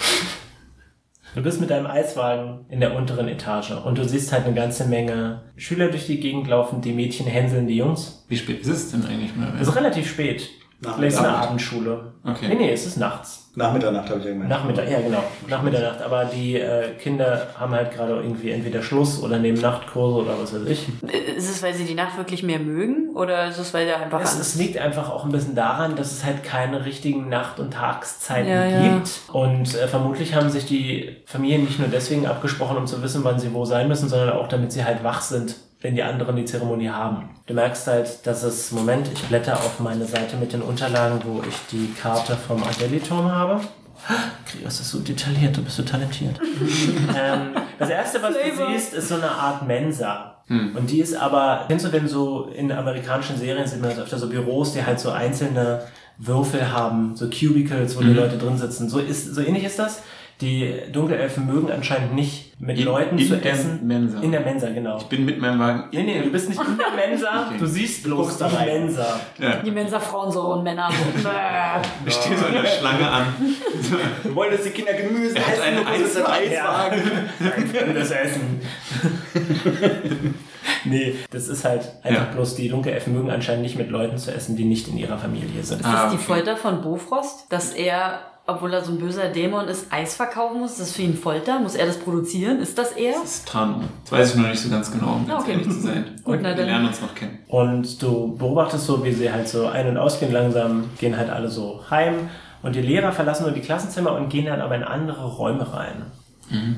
[SPEAKER 2] du bist mit deinem Eiswagen in der unteren Etage und du siehst halt eine ganze Menge Schüler durch die Gegend laufen, die Mädchen hänseln die Jungs.
[SPEAKER 3] Wie spät ist es denn eigentlich Also, mehr?
[SPEAKER 2] Es ist relativ spät.
[SPEAKER 5] Nach
[SPEAKER 2] Vielleicht eine
[SPEAKER 5] Mitternacht.
[SPEAKER 2] Abendschule.
[SPEAKER 3] Okay.
[SPEAKER 2] Nee, nee, es ist nachts.
[SPEAKER 5] Nach Mitternacht habe ich irgendwann.
[SPEAKER 2] Nachmittag, ja genau, nach Mitternacht. Aber die äh, Kinder haben halt gerade irgendwie entweder Schluss oder nehmen Nachtkurse oder was weiß ich.
[SPEAKER 4] Äh, Ist es, weil sie die Nacht wirklich mehr mögen? Oder ist es, weil der einfach
[SPEAKER 2] Es,
[SPEAKER 4] Angst
[SPEAKER 2] es liegt einfach auch ein bisschen daran, dass es halt keine richtigen Nacht- und Tagszeiten
[SPEAKER 4] Ja, ja.
[SPEAKER 2] gibt. Und äh, vermutlich haben sich die Familien nicht nur deswegen abgesprochen, um zu wissen, wann sie wo sein müssen, sondern auch, damit sie halt wach sind, wenn die anderen die Zeremonie haben. Du merkst halt, dass es, Moment, ich blätter auf meine Seite mit den Unterlagen, wo ich die Karte vom Adeliturm habe. Krios ist so detailliert, du bist so talentiert. ähm, das erste, was
[SPEAKER 4] Flavor.
[SPEAKER 2] du siehst, ist so eine Art Mensa.
[SPEAKER 3] Hm.
[SPEAKER 2] Und die ist aber, kennst du denn so, in amerikanischen Serien sieht man das öfter, so Büros, die halt so einzelne Würfel haben, so Cubicles,
[SPEAKER 3] Mhm.
[SPEAKER 2] wo die Leute drin sitzen. So, ist, so ähnlich ist das. Die Dunkelelfen mögen anscheinend nicht mit
[SPEAKER 3] In-
[SPEAKER 2] Leuten
[SPEAKER 3] in
[SPEAKER 2] zu
[SPEAKER 3] der
[SPEAKER 2] essen.
[SPEAKER 3] Mensa.
[SPEAKER 2] In der Mensa, genau.
[SPEAKER 3] Ich bin mit meinem Wagen
[SPEAKER 2] Nee,
[SPEAKER 3] in
[SPEAKER 2] nee, du bist nicht in der Mensa,
[SPEAKER 3] Okay.
[SPEAKER 2] du siehst bloß
[SPEAKER 5] Guckst
[SPEAKER 2] die
[SPEAKER 5] da rein.
[SPEAKER 2] Mensa.
[SPEAKER 4] Die Mensa Frauen so und Männer so. äh, Bäh.
[SPEAKER 3] Ich stehe so in der Schlange an.
[SPEAKER 5] Wir wollen, dass die Kinder Gemüse
[SPEAKER 3] Er hat einen Eiswagen.
[SPEAKER 2] das Essen. nee, das ist halt einfach
[SPEAKER 3] Ja.
[SPEAKER 2] bloß, die Dunkelelfen mögen anscheinend nicht mit Leuten zu essen, die nicht in ihrer Familie sind.
[SPEAKER 4] Ist
[SPEAKER 3] Ah,
[SPEAKER 4] das die
[SPEAKER 3] okay.
[SPEAKER 4] Folter von Bofrost? Dass er, obwohl er so ein böser Dämon ist, Eis verkaufen muss? Ist das für ihn Folter? Muss er das produzieren? Ist das er?
[SPEAKER 3] Das ist Tarnung. Das weiß ich noch nicht so ganz genau, um ganz
[SPEAKER 4] Okay.
[SPEAKER 3] ehrlich zu sein.
[SPEAKER 4] Gut, na
[SPEAKER 3] wir
[SPEAKER 4] dann.
[SPEAKER 3] lernen uns noch kennen.
[SPEAKER 2] Und du beobachtest so, wie sie halt so ein- und ausgehen langsam, gehen halt alle so heim. Und die Lehrer verlassen nur die Klassenzimmer und gehen dann aber in andere Räume rein.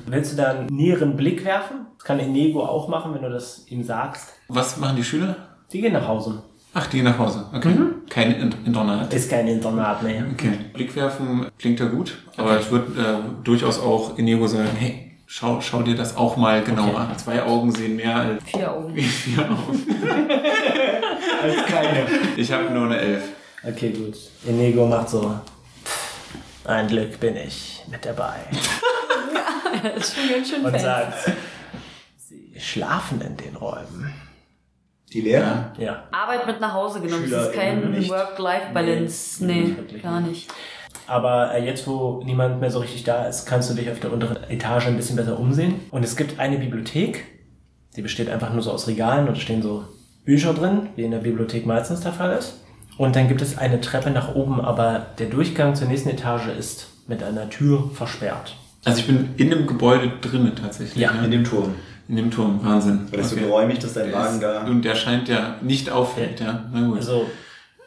[SPEAKER 2] Willst du da einen näheren Blick werfen? Das kann Inigo auch machen, wenn du das ihm sagst.
[SPEAKER 3] Was machen die Schüler?
[SPEAKER 2] Die gehen nach Hause.
[SPEAKER 3] Ach, die gehen nach Hause. Okay. Kein In- Internat.
[SPEAKER 2] Ist kein Internat mehr.
[SPEAKER 3] Okay. Blick werfen klingt ja gut, aber ich würde äh, durchaus auch Inigo sagen, hey, schau, schau dir das auch mal genauer an. Zwei Augen sehen mehr als
[SPEAKER 4] Vier Augen.
[SPEAKER 3] vier Augen.
[SPEAKER 2] Ist keine.
[SPEAKER 3] Ich habe nur eine Elf.
[SPEAKER 2] Okay, gut. Inigo macht so. "Pff, Ein Glück bin ich mit dabei.
[SPEAKER 4] Das ist schon ganz schön
[SPEAKER 2] Und
[SPEAKER 4] fest.
[SPEAKER 2] sagt, sie schlafen in den Räumen.
[SPEAKER 5] Die Lehrer?
[SPEAKER 2] Ja.
[SPEAKER 4] Arbeit mit nach Hause genommen. Das ist
[SPEAKER 5] SchülerInnen
[SPEAKER 4] kein
[SPEAKER 5] nicht.
[SPEAKER 4] Work-Life-Balance. Nee,
[SPEAKER 2] wirklich
[SPEAKER 4] gar nicht.
[SPEAKER 2] Aber äh, jetzt, wo niemand mehr so richtig da ist, kannst du dich auf der unteren Etage ein bisschen besser umsehen. Und es gibt eine Bibliothek. Die besteht einfach nur so aus Regalen und da stehen so Bücher drin, wie in der Bibliothek meistens der Fall ist. Und dann gibt es eine Treppe nach oben, aber der Durchgang zur nächsten Etage ist mit einer Tür versperrt.
[SPEAKER 3] Also ich bin in dem Gebäude drinnen tatsächlich.
[SPEAKER 2] Ja,
[SPEAKER 3] ne?
[SPEAKER 5] In dem Turm.
[SPEAKER 3] in dem Turm. Wahnsinn.
[SPEAKER 5] Weil das
[SPEAKER 3] Okay.
[SPEAKER 5] so geräumig, dass dein
[SPEAKER 3] Der
[SPEAKER 5] Wagen
[SPEAKER 3] ist,
[SPEAKER 5] da.
[SPEAKER 3] Und der scheint ja nicht auffällt, ja. Na gut.
[SPEAKER 2] Also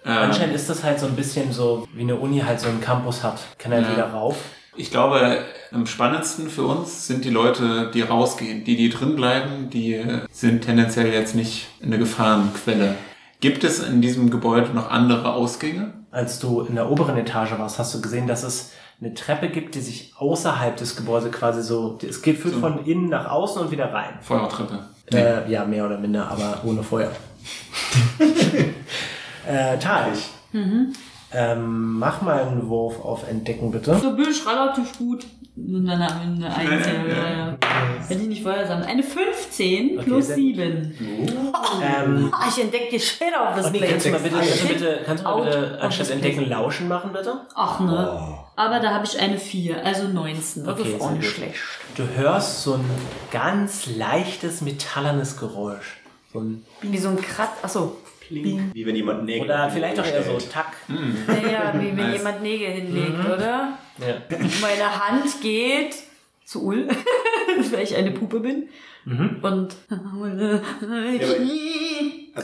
[SPEAKER 3] ähm,
[SPEAKER 2] Anscheinend ist das halt so ein bisschen so, wie eine Uni halt so einen Campus hat. Kann halt
[SPEAKER 3] Ja.
[SPEAKER 2] jeder rauf.
[SPEAKER 3] ich glaube, am spannendsten für uns sind die Leute, die rausgehen. Die, die drin bleiben, die sind tendenziell jetzt nicht eine Gefahrenquelle. Gibt es in diesem Gebäude noch andere Ausgänge?
[SPEAKER 2] Als du in der oberen Etage warst, hast du gesehen, dass es eine Treppe gibt, die sich außerhalb des Gebäudes quasi so, es geht führt von innen nach außen und wieder rein.
[SPEAKER 3] Feuertreppe.
[SPEAKER 2] Äh, ja, mehr oder minder, aber ohne Feuer. äh, Tal,
[SPEAKER 4] Mhm.
[SPEAKER 2] ähm, mach mal einen Wurf auf Entdecken bitte.
[SPEAKER 4] So bin ich relativ gut. Und dann haben wir eine 1. ja, ja, ja. Wenn die nicht vorher sagen. Eine 15 plus
[SPEAKER 2] sehr gut.
[SPEAKER 4] 7.
[SPEAKER 2] Ähm,
[SPEAKER 4] Ah, ich entdecke die Schäder auf das Also
[SPEAKER 2] oh nee, kannst du mal bitte, kannst du
[SPEAKER 4] Shit.
[SPEAKER 2] bitte, kannst du mal
[SPEAKER 4] Out
[SPEAKER 2] bitte
[SPEAKER 4] of
[SPEAKER 2] anstatt
[SPEAKER 4] space.
[SPEAKER 2] Entdecken lauschen machen bitte?
[SPEAKER 4] Ach ne. Aber da habe ich eine 4, also 19. Das
[SPEAKER 2] Oh. Okay,
[SPEAKER 4] ist auch
[SPEAKER 2] sehr
[SPEAKER 4] nicht
[SPEAKER 2] gut.
[SPEAKER 4] schlecht.
[SPEAKER 2] Du hörst so ein ganz leichtes metallernes Geräusch. So ein
[SPEAKER 4] Wie so ein Kratz. Achso.
[SPEAKER 5] Wie wenn jemand Nägel.
[SPEAKER 2] Oder vielleicht auch eher so Tack.
[SPEAKER 4] Naja, wie wenn jemand Nägel hinlegt,
[SPEAKER 2] Mhm.
[SPEAKER 4] oder?
[SPEAKER 2] Ja.
[SPEAKER 4] Meine Hand geht zu Ul, weil ich eine Puppe bin.
[SPEAKER 2] Mhm.
[SPEAKER 4] Und.
[SPEAKER 2] Also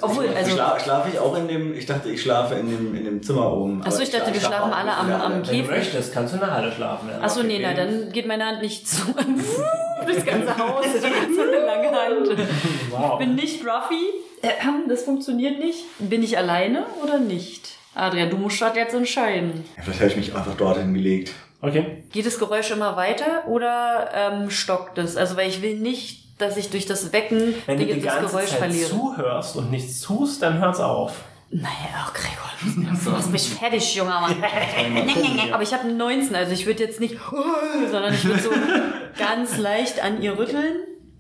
[SPEAKER 4] Obwohl, also.
[SPEAKER 5] Schlafe ich auch in dem. Ich dachte, ich schlafe in dem, in dem Zimmer oben.
[SPEAKER 4] Achso, ich dachte, wir schlafen alle am, am
[SPEAKER 2] Wenn du
[SPEAKER 4] Käfig.
[SPEAKER 2] möchtest, kannst du in der Halle schlafen. Ja.
[SPEAKER 4] Achso, nee, na, dann geht meine Hand nicht zu. Das ganze Haus. So eine lange Hand.
[SPEAKER 2] Wow.
[SPEAKER 4] Bin nicht Ruffy. Äh, Das funktioniert nicht. Bin ich alleine oder nicht? Adrian, du musst das jetzt entscheiden.
[SPEAKER 5] Ja, vielleicht habe ich mich einfach dorthin gelegt.
[SPEAKER 2] Okay.
[SPEAKER 4] Geht das Geräusch immer weiter oder ähm, stockt es? Also, weil ich will nicht, dass ich durch das Wecken
[SPEAKER 2] Wenn du die
[SPEAKER 4] das
[SPEAKER 2] ganze
[SPEAKER 4] Geräusch
[SPEAKER 2] Zeit
[SPEAKER 4] verliere.
[SPEAKER 2] zuhörst und nichts tust, dann hört's auf.
[SPEAKER 4] Naja, oh Gregor, lass mich- lass mich fertig, junger Mann. Aber ich habe 19, also ich würde jetzt nicht, sondern ich würde so ganz leicht an ihr rütteln.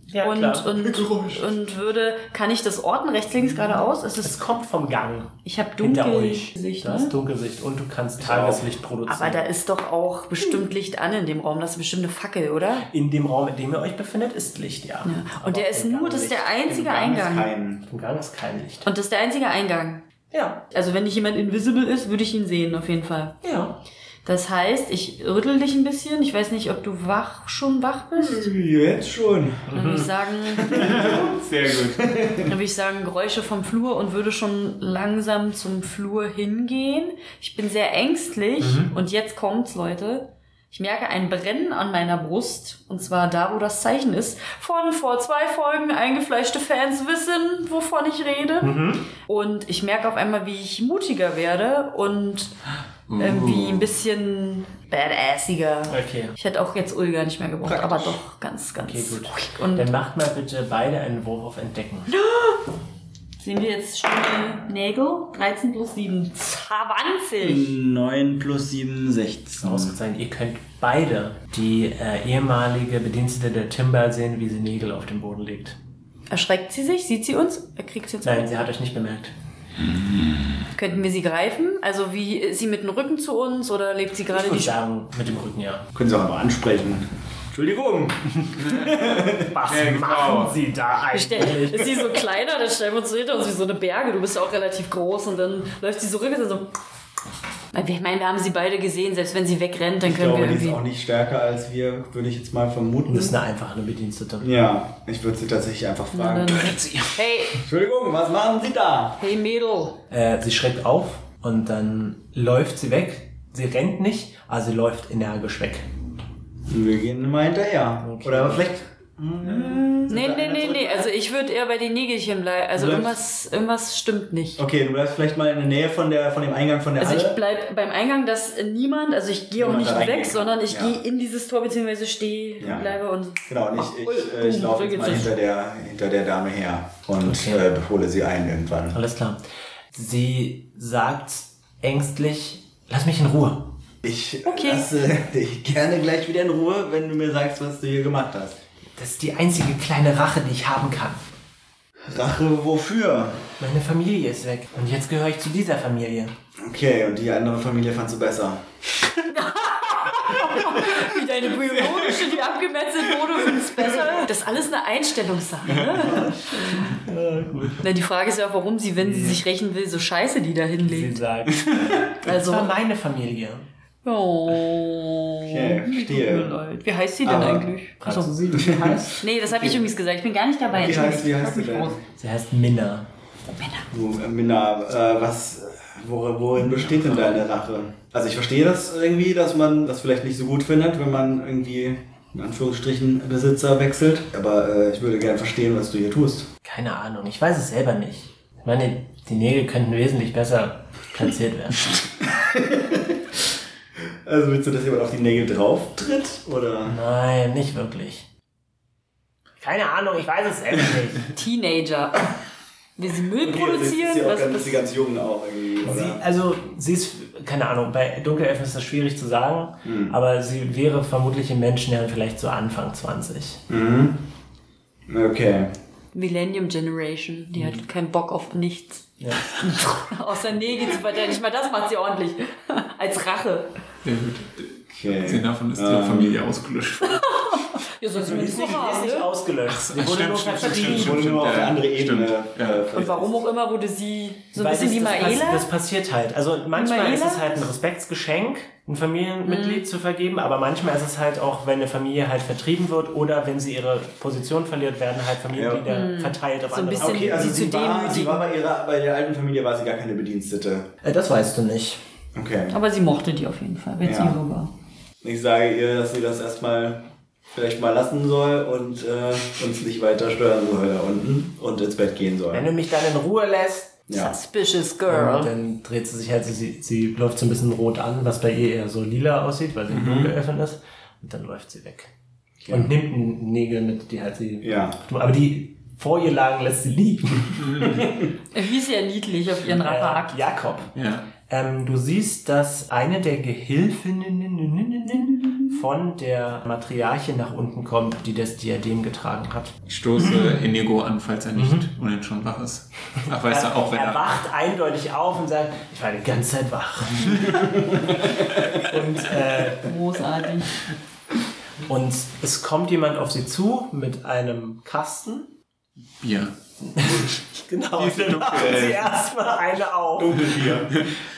[SPEAKER 2] Ja,
[SPEAKER 4] und,
[SPEAKER 2] klar.
[SPEAKER 4] und, und würde, kann ich das orten, rechts, links, geradeaus? Es
[SPEAKER 2] Es
[SPEAKER 4] ist,
[SPEAKER 2] kommt vom Gang
[SPEAKER 4] ich habe
[SPEAKER 2] hinter
[SPEAKER 4] dunkel
[SPEAKER 2] euch.
[SPEAKER 4] Gesicht,
[SPEAKER 2] Du hast
[SPEAKER 4] ne?
[SPEAKER 2] Dunkelsicht und du kannst Tageslicht produzieren.
[SPEAKER 4] Aber da ist doch auch bestimmt Licht an in dem Raum. Das ist bestimmt eine Fackel, oder?
[SPEAKER 2] in dem Raum, in dem ihr euch befindet, ist Licht, ja.
[SPEAKER 4] Ja.
[SPEAKER 2] Aber
[SPEAKER 4] Und der
[SPEAKER 2] auf
[SPEAKER 4] ist
[SPEAKER 2] dem
[SPEAKER 4] nur,
[SPEAKER 2] Gang
[SPEAKER 4] das ist der
[SPEAKER 2] nicht.
[SPEAKER 4] einzige
[SPEAKER 5] Ist
[SPEAKER 4] Eingang.
[SPEAKER 5] kein,
[SPEAKER 2] Im Gang ist kein Licht.
[SPEAKER 4] Und das ist der einzige Eingang.
[SPEAKER 2] Ja,
[SPEAKER 4] Also wenn nicht jemand invisible ist, würde ich ihn sehen, auf jeden Fall.
[SPEAKER 2] ja.
[SPEAKER 4] Das heißt, ich rüttel dich ein bisschen. Ich weiß nicht, ob du wach schon wach
[SPEAKER 5] Mhm.
[SPEAKER 4] bist.
[SPEAKER 5] jetzt schon.
[SPEAKER 4] Dann würde ich sagen,
[SPEAKER 3] Sehr gut.
[SPEAKER 4] dann würde ich sagen, Geräusche vom Flur und würde schon langsam zum Flur hingehen. Ich bin sehr ängstlich
[SPEAKER 2] Mhm.
[SPEAKER 4] und jetzt kommt's, Leute. Ich merke ein Brennen an meiner Brust und zwar da, wo das Zeichen ist. Von vor zwei Folgen eingefleischte Fans wissen, wovon ich rede.
[SPEAKER 2] Mhm.
[SPEAKER 4] Und ich merke auf einmal, wie ich mutiger werde und irgendwie ein bisschen badassiger.
[SPEAKER 2] Uh. Okay.
[SPEAKER 4] Ich hätte auch jetzt Ulga nicht mehr gebraucht, aber doch ganz, ganz.
[SPEAKER 2] Okay, gut.
[SPEAKER 4] ruhig. Und
[SPEAKER 2] Dann macht mal bitte beide einen Wurf auf Entdecken.
[SPEAKER 4] sehen wir jetzt schöne Nägel. 13 plus 7. 20.
[SPEAKER 5] Mhm. 9 plus 7, 16.
[SPEAKER 2] Ausgezeichnet. Ihr könnt beide die äh, ehemalige Bedienstete der Timber sehen, wie sie Nägel auf den Boden legt.
[SPEAKER 4] Erschreckt sie sich? Sieht sie uns? Er kriegt sie jetzt
[SPEAKER 2] Nein, sie hat euch nicht bemerkt.
[SPEAKER 4] Könnten wir sie greifen? Also wie ist sie mit dem Rücken zu uns oder lebt sie
[SPEAKER 2] Ich
[SPEAKER 4] gerade
[SPEAKER 2] würde
[SPEAKER 4] die
[SPEAKER 2] sagen, mit dem Rücken, ja.
[SPEAKER 5] Können Sie auch aber ansprechen. Entschuldigung.
[SPEAKER 2] Was
[SPEAKER 3] genau.
[SPEAKER 2] machen sie da
[SPEAKER 4] Stell,
[SPEAKER 2] eigentlich?
[SPEAKER 4] ist sie so kleiner, dann stellen wir uns so hinter uns wie so eine Berge. Du bist ja auch relativ groß und dann läuft sie so rückwärts und so. Ich meine, wir haben sie beide gesehen. Selbst wenn sie wegrennt, dann
[SPEAKER 5] Ich
[SPEAKER 4] können
[SPEAKER 5] glaube,
[SPEAKER 4] wir
[SPEAKER 5] die ist
[SPEAKER 4] irgendwie.
[SPEAKER 5] auch nicht stärker als wir, würde ich jetzt mal vermuten.
[SPEAKER 2] Das ist eine einfache Bedienstete.
[SPEAKER 5] ja, ich würde sie tatsächlich einfach fragen.
[SPEAKER 4] dann- Hey,
[SPEAKER 5] Entschuldigung, was machen Sie da?
[SPEAKER 4] hey Mädel.
[SPEAKER 2] Äh, sie schreckt auf und dann läuft sie weg. Sie rennt nicht, aber sie läuft energisch weg.
[SPEAKER 5] Wir gehen mal hinterher.
[SPEAKER 2] Okay.
[SPEAKER 5] Oder vielleicht.
[SPEAKER 4] Nee,
[SPEAKER 5] Oder
[SPEAKER 4] nee,
[SPEAKER 5] einer
[SPEAKER 4] nee,
[SPEAKER 5] zurück?
[SPEAKER 4] nee. Also ich würde eher bei den Nägelchen bleiben. Also
[SPEAKER 5] Ja.
[SPEAKER 4] irgendwas, irgendwas stimmt nicht.
[SPEAKER 5] Okay, du bleibst vielleicht mal in der Nähe von, der, von dem Eingang von der
[SPEAKER 4] Also ich
[SPEAKER 5] Halle.
[SPEAKER 4] bleib beim Eingang, dass niemand, also ich gehe auch
[SPEAKER 5] Niemand
[SPEAKER 4] nicht
[SPEAKER 5] da reingehen
[SPEAKER 4] weg,
[SPEAKER 5] kann.
[SPEAKER 4] sondern ich
[SPEAKER 5] Ja.
[SPEAKER 4] gehe in dieses Tor beziehungsweise stehe,
[SPEAKER 5] Ja.
[SPEAKER 4] bleibe und
[SPEAKER 5] Genau, und
[SPEAKER 4] Ach,
[SPEAKER 5] ich,
[SPEAKER 4] ui,
[SPEAKER 5] ich, äh, ich
[SPEAKER 4] uh,
[SPEAKER 5] laufe
[SPEAKER 4] da
[SPEAKER 5] jetzt mal
[SPEAKER 4] geht's
[SPEAKER 5] hinter der, hinter der Dame her und
[SPEAKER 2] Okay.
[SPEAKER 5] äh, hole sie ein irgendwann.
[SPEAKER 2] Alles klar. Sie sagt ängstlich, lass mich in Ruhe.
[SPEAKER 5] Ich
[SPEAKER 4] Okay.
[SPEAKER 5] lasse dich gerne gleich wieder in Ruhe, wenn du mir sagst, was du hier gemacht hast.
[SPEAKER 2] Das ist die einzige kleine Rache, die ich haben kann.
[SPEAKER 5] Rache wofür?
[SPEAKER 2] Meine Familie ist weg. Und jetzt gehöre ich zu dieser Familie.
[SPEAKER 5] Okay, und die andere Familie fandst du besser.
[SPEAKER 4] wie deine biologische, die abgemetzelt wurde, find's besser. Das ist alles eine Einstellungssache. Ne? Na, die Frage ist ja, auch, warum sie,
[SPEAKER 5] Hm.
[SPEAKER 4] wenn sie sich rächen will, so scheiße die da
[SPEAKER 2] Sie
[SPEAKER 4] hinlegt.
[SPEAKER 2] sagt, das
[SPEAKER 4] Also,
[SPEAKER 2] war meine Familie.
[SPEAKER 4] oh.
[SPEAKER 5] Okay, verstehe. Ah,
[SPEAKER 4] Wie heißt sie denn
[SPEAKER 5] Aber-
[SPEAKER 4] eigentlich?
[SPEAKER 2] Fragst du sie, wie sie heißt?
[SPEAKER 4] Nee, das habe ich übrigens gesagt. Ich bin gar nicht dabei.
[SPEAKER 5] Wie heißt, wie heißt du
[SPEAKER 4] Entschuldigung.
[SPEAKER 5] denn?
[SPEAKER 2] Sie heißt Minna.
[SPEAKER 5] Du, äh, Minna, äh, was, wo, worin besteht denn deine Rache? Also ich verstehe das irgendwie, dass man das vielleicht nicht so gut findet, wenn man irgendwie in Anführungsstrichen Besitzer wechselt. Aber äh, ich würde gerne verstehen, was du hier tust.
[SPEAKER 2] Keine Ahnung, ich weiß es selber nicht. Ich meine, die Nägel könnten wesentlich besser platziert werden.
[SPEAKER 5] Also willst du, dass jemand auf die Nägel drauf tritt? Oder?
[SPEAKER 2] Nein, nicht wirklich. Keine Ahnung, ich weiß es selber nicht.
[SPEAKER 4] Teenager. Will sie Müll produzieren?
[SPEAKER 5] ist sie, auch
[SPEAKER 4] Was,
[SPEAKER 5] ganz, ist
[SPEAKER 4] was,
[SPEAKER 5] sie ganz jung auch irgendwie,
[SPEAKER 2] Sie,
[SPEAKER 5] oder?
[SPEAKER 2] also, sie ist, keine Ahnung, bei Dunkelelfen ist das schwierig zu sagen, aber sie wäre vermutlich im Menschenjahren vielleicht so Anfang 20.
[SPEAKER 5] Mhm. Okay.
[SPEAKER 4] Millennium Generation, die
[SPEAKER 2] Mhm.
[SPEAKER 4] hat keinen Bock auf nichts.
[SPEAKER 2] Ja.
[SPEAKER 4] Außer Nägel zu verteilen. Nicht mal das macht sie ordentlich. Als Rache.
[SPEAKER 3] Sehr gut.
[SPEAKER 5] okay.
[SPEAKER 3] Abgesehen davon ist
[SPEAKER 5] Ähm,
[SPEAKER 3] die Familie ausgelöscht.
[SPEAKER 4] Ja, sonst
[SPEAKER 2] Die
[SPEAKER 4] würde ich
[SPEAKER 2] ist nicht,
[SPEAKER 4] Rache haben, ne?
[SPEAKER 2] ausgelöscht. Sie
[SPEAKER 3] wurde nur vertrieben.
[SPEAKER 5] Ich wurde nur auf
[SPEAKER 3] Stimmt,
[SPEAKER 5] eine
[SPEAKER 3] ja,
[SPEAKER 5] andere Ebene.
[SPEAKER 3] stimmt, ja.
[SPEAKER 5] äh,
[SPEAKER 4] Und warum auch immer wurde sie so ein
[SPEAKER 2] Weil
[SPEAKER 4] bisschen
[SPEAKER 2] das,
[SPEAKER 4] wie
[SPEAKER 2] das, pass-
[SPEAKER 4] Maela?
[SPEAKER 2] das passiert halt. Also manchmal
[SPEAKER 4] Maela? Mhm.
[SPEAKER 2] ist es halt ein Respektsgeschenk, ein Familienmitglied zu vergeben, aber manchmal ist es halt auch, wenn eine Familie halt vertrieben wird oder wenn sie ihre Position verliert, werden halt Familienmitglieder verteilt auf
[SPEAKER 4] Mhm. So ein
[SPEAKER 2] andere.
[SPEAKER 4] bisschen-
[SPEAKER 5] Okay, also
[SPEAKER 4] Sie zu
[SPEAKER 5] sie war, sie
[SPEAKER 4] demütigen.
[SPEAKER 5] war bei ihrer bei der alten Familie war sie gar keine Bedienstete.
[SPEAKER 2] Äh, Das weißt du nicht.
[SPEAKER 5] Okay.
[SPEAKER 4] Aber sie mochte die auf jeden Fall, wenn sie
[SPEAKER 5] Ja.
[SPEAKER 4] jung war.
[SPEAKER 5] Ich sage ihr, dass sie das erstmal vielleicht mal lassen soll und äh, uns nicht weiter stören soll da unten und ins Bett gehen
[SPEAKER 2] Wenn du
[SPEAKER 5] soll.
[SPEAKER 2] mich dann in Ruhe lässt,
[SPEAKER 5] Ja.
[SPEAKER 4] Suspicious
[SPEAKER 2] Und
[SPEAKER 4] Girl.
[SPEAKER 2] dann dreht sie sich halt, sie- sie, sie läuft so ein bisschen rot an, was bei ihr eher so lila aussieht, weil sie mhm. dunkel öffnet ist. Und dann läuft sie weg. Und nimmt Nägel mit, die halt sie.
[SPEAKER 5] Ja.
[SPEAKER 2] Aber die vor ihr lagen, lässt sie liegen. Äh,
[SPEAKER 4] Er hieß ja niedlich auf ihren Raback.
[SPEAKER 2] Jakob.
[SPEAKER 3] Ja.
[SPEAKER 2] Ähm, du siehst, dass eine der Gehilfinnen von der Matriarchin nach unten kommt, die das Diadem getragen hat.
[SPEAKER 3] Ich stoße Inigo an, falls er nicht ohnehin schon wach ist. Ach, weißt du, auch wenn
[SPEAKER 2] Mhm. er
[SPEAKER 3] er.
[SPEAKER 2] wacht eindeutig auf und sagt, ich war die ganze Zeit wach. und, äh,
[SPEAKER 4] Großartig.
[SPEAKER 2] und es kommt jemand auf sie zu mit einem Kasten.
[SPEAKER 3] Bier.
[SPEAKER 2] Genau,
[SPEAKER 3] Diese
[SPEAKER 2] dann machen
[SPEAKER 3] Dunkel-
[SPEAKER 2] sie erstmal eine auf.
[SPEAKER 5] Dunkelbier.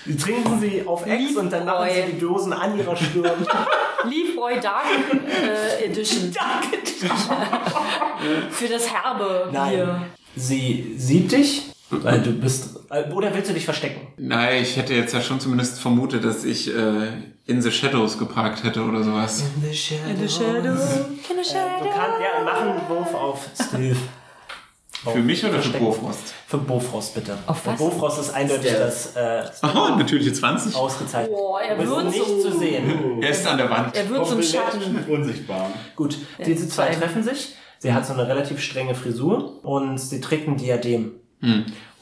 [SPEAKER 2] Die trinken sie auf Ex und dann machen sie die Dosen an ihrer Stirn.
[SPEAKER 4] Leafroy Dark äh, Edition. Dark Edition. Für das herbe Bier.
[SPEAKER 2] Nein. Sie sieht dich, weil du bist. äh, Oder willst du dich verstecken?
[SPEAKER 3] Nein, ich hätte jetzt ja schon zumindest vermutet, dass ich äh, in the Shadows geparkt hätte oder sowas.
[SPEAKER 2] Mhm.
[SPEAKER 4] Keine
[SPEAKER 2] Du
[SPEAKER 4] Schädel.
[SPEAKER 2] kannst ja machen einen Wurf auf Stealth.
[SPEAKER 3] Für mich oder für
[SPEAKER 2] Verstecken.
[SPEAKER 3] Bofrost?
[SPEAKER 2] Für Bofrost bitte.
[SPEAKER 4] Auf
[SPEAKER 2] Weil
[SPEAKER 4] was?
[SPEAKER 2] Bofrost ist eindeutig das äh,
[SPEAKER 3] Oh, natürliche 20.
[SPEAKER 2] ausgezeichnet.
[SPEAKER 4] Boah, er
[SPEAKER 2] Du bist
[SPEAKER 4] wird
[SPEAKER 2] nicht
[SPEAKER 4] so-
[SPEAKER 2] zu sehen.
[SPEAKER 3] Er ist an der Wand.
[SPEAKER 4] Er wird zum Schatten.
[SPEAKER 5] Unsichtbar.
[SPEAKER 2] Gut, diese zwei
[SPEAKER 4] zwei.
[SPEAKER 2] treffen sich. Sie hat so eine relativ strenge Frisur und sie trägt ein Diadem.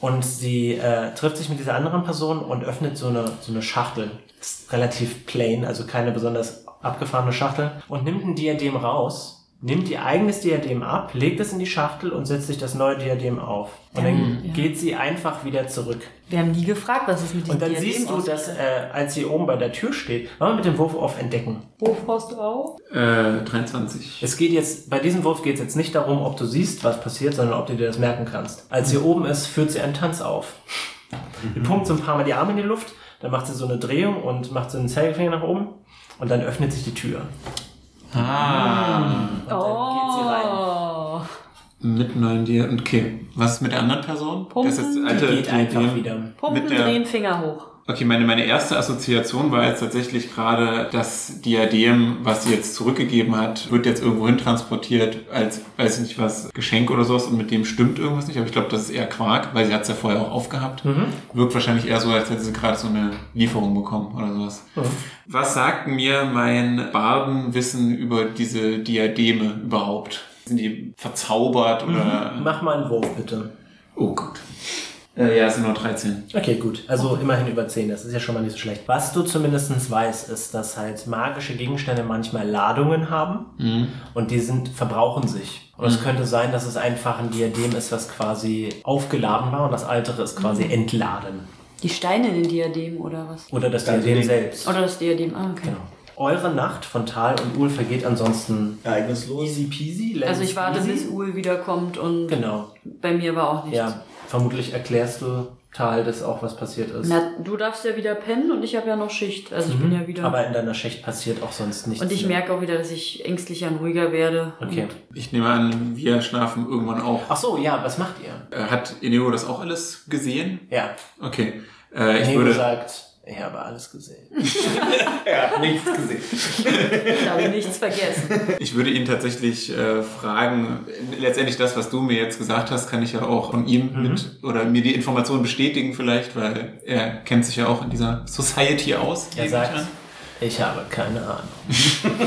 [SPEAKER 2] Und sie äh, trifft sich mit dieser anderen Person und öffnet so eine, so eine Schachtel. Ist Relativ plain, also keine besonders abgefahrene Schachtel. Und nimmt ein Diadem raus, nimmt ihr eigenes Diadem ab, legt es in die Schachtel und setzt sich das neue Diadem auf. Und
[SPEAKER 4] Mhm.
[SPEAKER 2] dann geht sie einfach wieder zurück.
[SPEAKER 4] Wir haben nie gefragt, was es mit diesem
[SPEAKER 2] Und dann
[SPEAKER 4] Diadem
[SPEAKER 2] siehst du,
[SPEAKER 4] aus-
[SPEAKER 2] dass äh, als sie oben bei der Tür steht, machen wir mit dem Wurf auf Entdecken.
[SPEAKER 4] Bofrost auch?
[SPEAKER 3] Äh, 23.
[SPEAKER 2] Es geht jetzt, bei diesem Wurf geht es jetzt nicht darum, ob du siehst, was passiert, sondern ob du dir das merken kannst. Als sie oben ist, führt sie einen Tanz auf. Sie pumpt so ein paar Mal die Arme in die Luft, dann macht sie so eine Drehung und macht so einen Zeigefinger nach oben und dann öffnet sich die Tür.
[SPEAKER 3] Ah.
[SPEAKER 2] Und dann geht sie rein.
[SPEAKER 4] Oh.
[SPEAKER 3] Mit neuen Dir. und Okay. Was ist mit der anderen Person?
[SPEAKER 4] Pumpen.
[SPEAKER 3] das
[SPEAKER 2] Die
[SPEAKER 3] alte
[SPEAKER 2] geht einfach
[SPEAKER 3] Diadem.
[SPEAKER 2] wieder.
[SPEAKER 4] Pumpen,
[SPEAKER 3] Mit der-
[SPEAKER 4] drehen, Finger hoch.
[SPEAKER 3] Okay, meine, meine erste Assoziation war jetzt tatsächlich gerade, das Diadem, was sie jetzt zurückgegeben hat, wird jetzt irgendwo hin transportiert als, weiß ich nicht was, Geschenk oder sowas und mit dem stimmt irgendwas nicht. Aber ich glaube, das ist eher Quark, weil sie hat es ja vorher auch aufgehabt. Wirkt wahrscheinlich eher so, als hätte sie gerade so eine Lieferung bekommen oder sowas. Was sagt mir mein Bardenwissen über diese Diademe überhaupt? Sind die verzaubert oder...
[SPEAKER 2] Mach mal einen Wurf bitte.
[SPEAKER 3] Oh Gott. Äh, ja, es sind nur 13.
[SPEAKER 2] Okay, gut. Also immerhin über 10, das ist ja schon mal nicht so schlecht. Was du zumindest weißt, ist, dass halt magische Gegenstände manchmal Ladungen haben
[SPEAKER 5] Mhm.
[SPEAKER 2] und die sind, verbrauchen sich. Und es könnte sein, dass es einfach ein Diadem ist, was quasi aufgeladen war und das altere ist quasi
[SPEAKER 5] Mhm.
[SPEAKER 2] entladen.
[SPEAKER 4] Die Steine in den Diadem oder was?
[SPEAKER 2] Oder das
[SPEAKER 5] Ganz
[SPEAKER 2] Diadem
[SPEAKER 5] wenig.
[SPEAKER 2] selbst.
[SPEAKER 4] Oder das Diadem. Ah, okay.
[SPEAKER 2] Genau. Eure Nacht von Tal und Ul vergeht ansonsten
[SPEAKER 5] Ereignislos.
[SPEAKER 2] easy peasy. lemon
[SPEAKER 4] Also ich warte,
[SPEAKER 2] squeezy.
[SPEAKER 4] bis Uhl wiederkommt und
[SPEAKER 2] Genau,
[SPEAKER 4] bei mir war auch nichts.
[SPEAKER 2] ja. Vermutlich erklärst du Tal, dass auch was passiert ist.
[SPEAKER 4] Na, du darfst ja wieder pennen und ich habe ja noch Schicht. Also ich bin ja wieder.
[SPEAKER 2] Mhm. Aber in deiner Schicht passiert auch sonst nichts.
[SPEAKER 4] und ich
[SPEAKER 2] mehr.
[SPEAKER 4] merke auch wieder, dass ich ängstlicher und ruhiger werde.
[SPEAKER 2] Okay.
[SPEAKER 3] Ich nehme an, wir schlafen irgendwann auch.
[SPEAKER 2] Ach so, ja, was macht ihr?
[SPEAKER 3] Äh, Hat Inigo das auch alles gesehen?
[SPEAKER 2] Ja,
[SPEAKER 3] Okay. Äh, ich
[SPEAKER 2] Nego
[SPEAKER 3] würde.
[SPEAKER 2] sagt, ich habe alles gesehen.
[SPEAKER 5] Er hat nichts gesehen.
[SPEAKER 4] Ich habe nichts vergessen.
[SPEAKER 3] Ich würde ihn tatsächlich äh, fragen, äh, letztendlich das, was du mir jetzt gesagt hast, kann ich ja auch von ihm mit oder mir die Information bestätigen vielleicht, weil er kennt sich ja auch in dieser Society aus. nehme
[SPEAKER 2] Er
[SPEAKER 3] ich
[SPEAKER 2] sagt,
[SPEAKER 3] an.
[SPEAKER 2] ich habe keine Ahnung.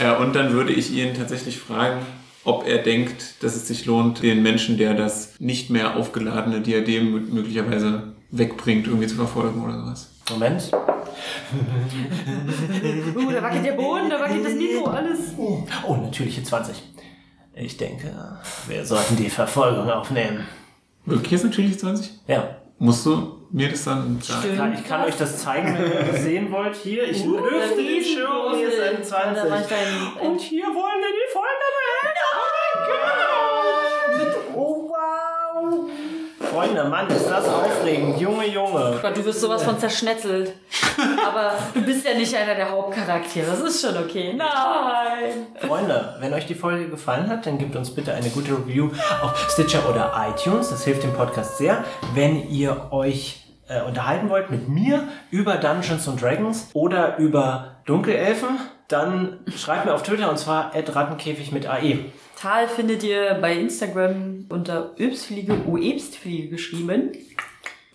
[SPEAKER 3] Äh, und dann würde ich ihn tatsächlich fragen, ob er denkt, dass es sich lohnt, den Menschen, der das nicht mehr aufgeladene Diadem mö- möglicherweise wegbringt, irgendwie zu verfolgen oder sowas.
[SPEAKER 2] Moment.
[SPEAKER 4] Uh, da wackelt der Boden, da wackelt das Mikro, alles.
[SPEAKER 2] Oh, natürliche 20. Ich denke, wir sollten die Verfolgung aufnehmen.
[SPEAKER 3] Wirklich ist natürlich 20?
[SPEAKER 2] Ja.
[SPEAKER 3] Musst du mir das dann sagen?
[SPEAKER 2] Klar, ich kann euch das zeigen, wenn ihr das sehen wollt. Hier, ich lüfte den Schirm, hier ist ein
[SPEAKER 4] Uh, Da war ich
[SPEAKER 2] 20.
[SPEAKER 4] dann
[SPEAKER 2] Und hier wollen wir die Folge beenden. Oh mein Gott! Oh wow! Freunde, Mann, ist das aufregend. Junge, Junge.
[SPEAKER 4] Gott, du wirst sowas von zerschnetzelt. Aber du bist ja nicht einer der Hauptcharaktere. Das ist schon okay. Nein.
[SPEAKER 2] Freunde, wenn euch die Folge gefallen hat, dann gebt uns bitte eine gute Review auf Stitcher oder iTunes. Das hilft dem Podcast sehr. Wenn ihr euch äh, unterhalten wollt mit mir über Dungeons and Dragons oder über Dunkelelfen, dann schreibt mir auf Twitter und zwar @rattenkäfig mit E. AE.
[SPEAKER 4] Tal findet ihr bei Instagram unter Übsfliege, Uebstfliege geschrieben.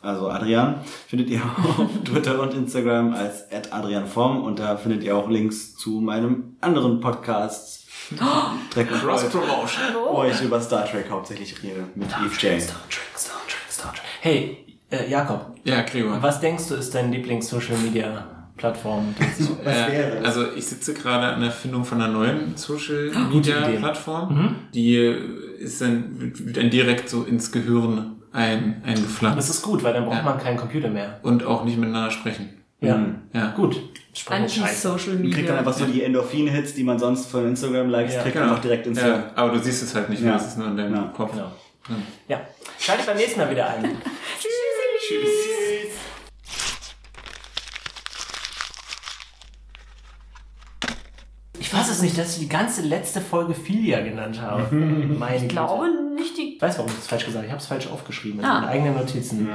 [SPEAKER 5] Also Adrian findet ihr auf Twitter und Instagram als adrianform und da findet ihr auch Links zu meinem anderen Podcast
[SPEAKER 4] Oh,
[SPEAKER 5] Dreck und Gold,
[SPEAKER 3] Cross-Promotion.
[SPEAKER 5] wo ich über Star Trek hauptsächlich rede mit Eve James.
[SPEAKER 2] Star Trek, Star Trek, Star Trek. Hey, äh, Jakob,
[SPEAKER 3] Ja, Gregor.
[SPEAKER 2] was denkst du, ist dein Lieblings-Social-Media-Plattform?
[SPEAKER 5] Was wäre das? Ah,
[SPEAKER 3] Also ich sitze gerade an der Erfindung von einer neuen Social Media Plattform,
[SPEAKER 5] Mhm.
[SPEAKER 3] die ist dann, wird dann direkt so ins Gehirn ein,
[SPEAKER 2] Das
[SPEAKER 3] eingepflanzt
[SPEAKER 2] ist gut, weil dann braucht
[SPEAKER 3] Ja.
[SPEAKER 2] man keinen Computer mehr. Mhm.
[SPEAKER 3] und auch nicht miteinander sprechen.
[SPEAKER 2] Ja,
[SPEAKER 3] Ja.
[SPEAKER 2] gut. Sprechende Scheiße.
[SPEAKER 4] Anti-Social
[SPEAKER 5] Man kriegt dann
[SPEAKER 4] Media.
[SPEAKER 5] einfach so die Endorphin-Hits, die man sonst von Instagram-Likes
[SPEAKER 2] Ja,
[SPEAKER 5] kriegt, dann auch direkt ins
[SPEAKER 3] genau. ja, aber du siehst es halt nicht,
[SPEAKER 5] Ja.
[SPEAKER 3] weil es ist nur in deinem
[SPEAKER 5] Ja.
[SPEAKER 3] Kopf.
[SPEAKER 2] Genau. Ja, schaltet beim nächsten Mal wieder ein. Ich weiß es nicht, dass ich die ganze letzte Folge Filia genannt habe. Meine
[SPEAKER 4] Ich glaube nicht die
[SPEAKER 2] Ich weiß, warum ich es falsch gesagt habe. Ich habe es falsch aufgeschrieben in
[SPEAKER 4] Ah.
[SPEAKER 2] meinen eigenen Notizen.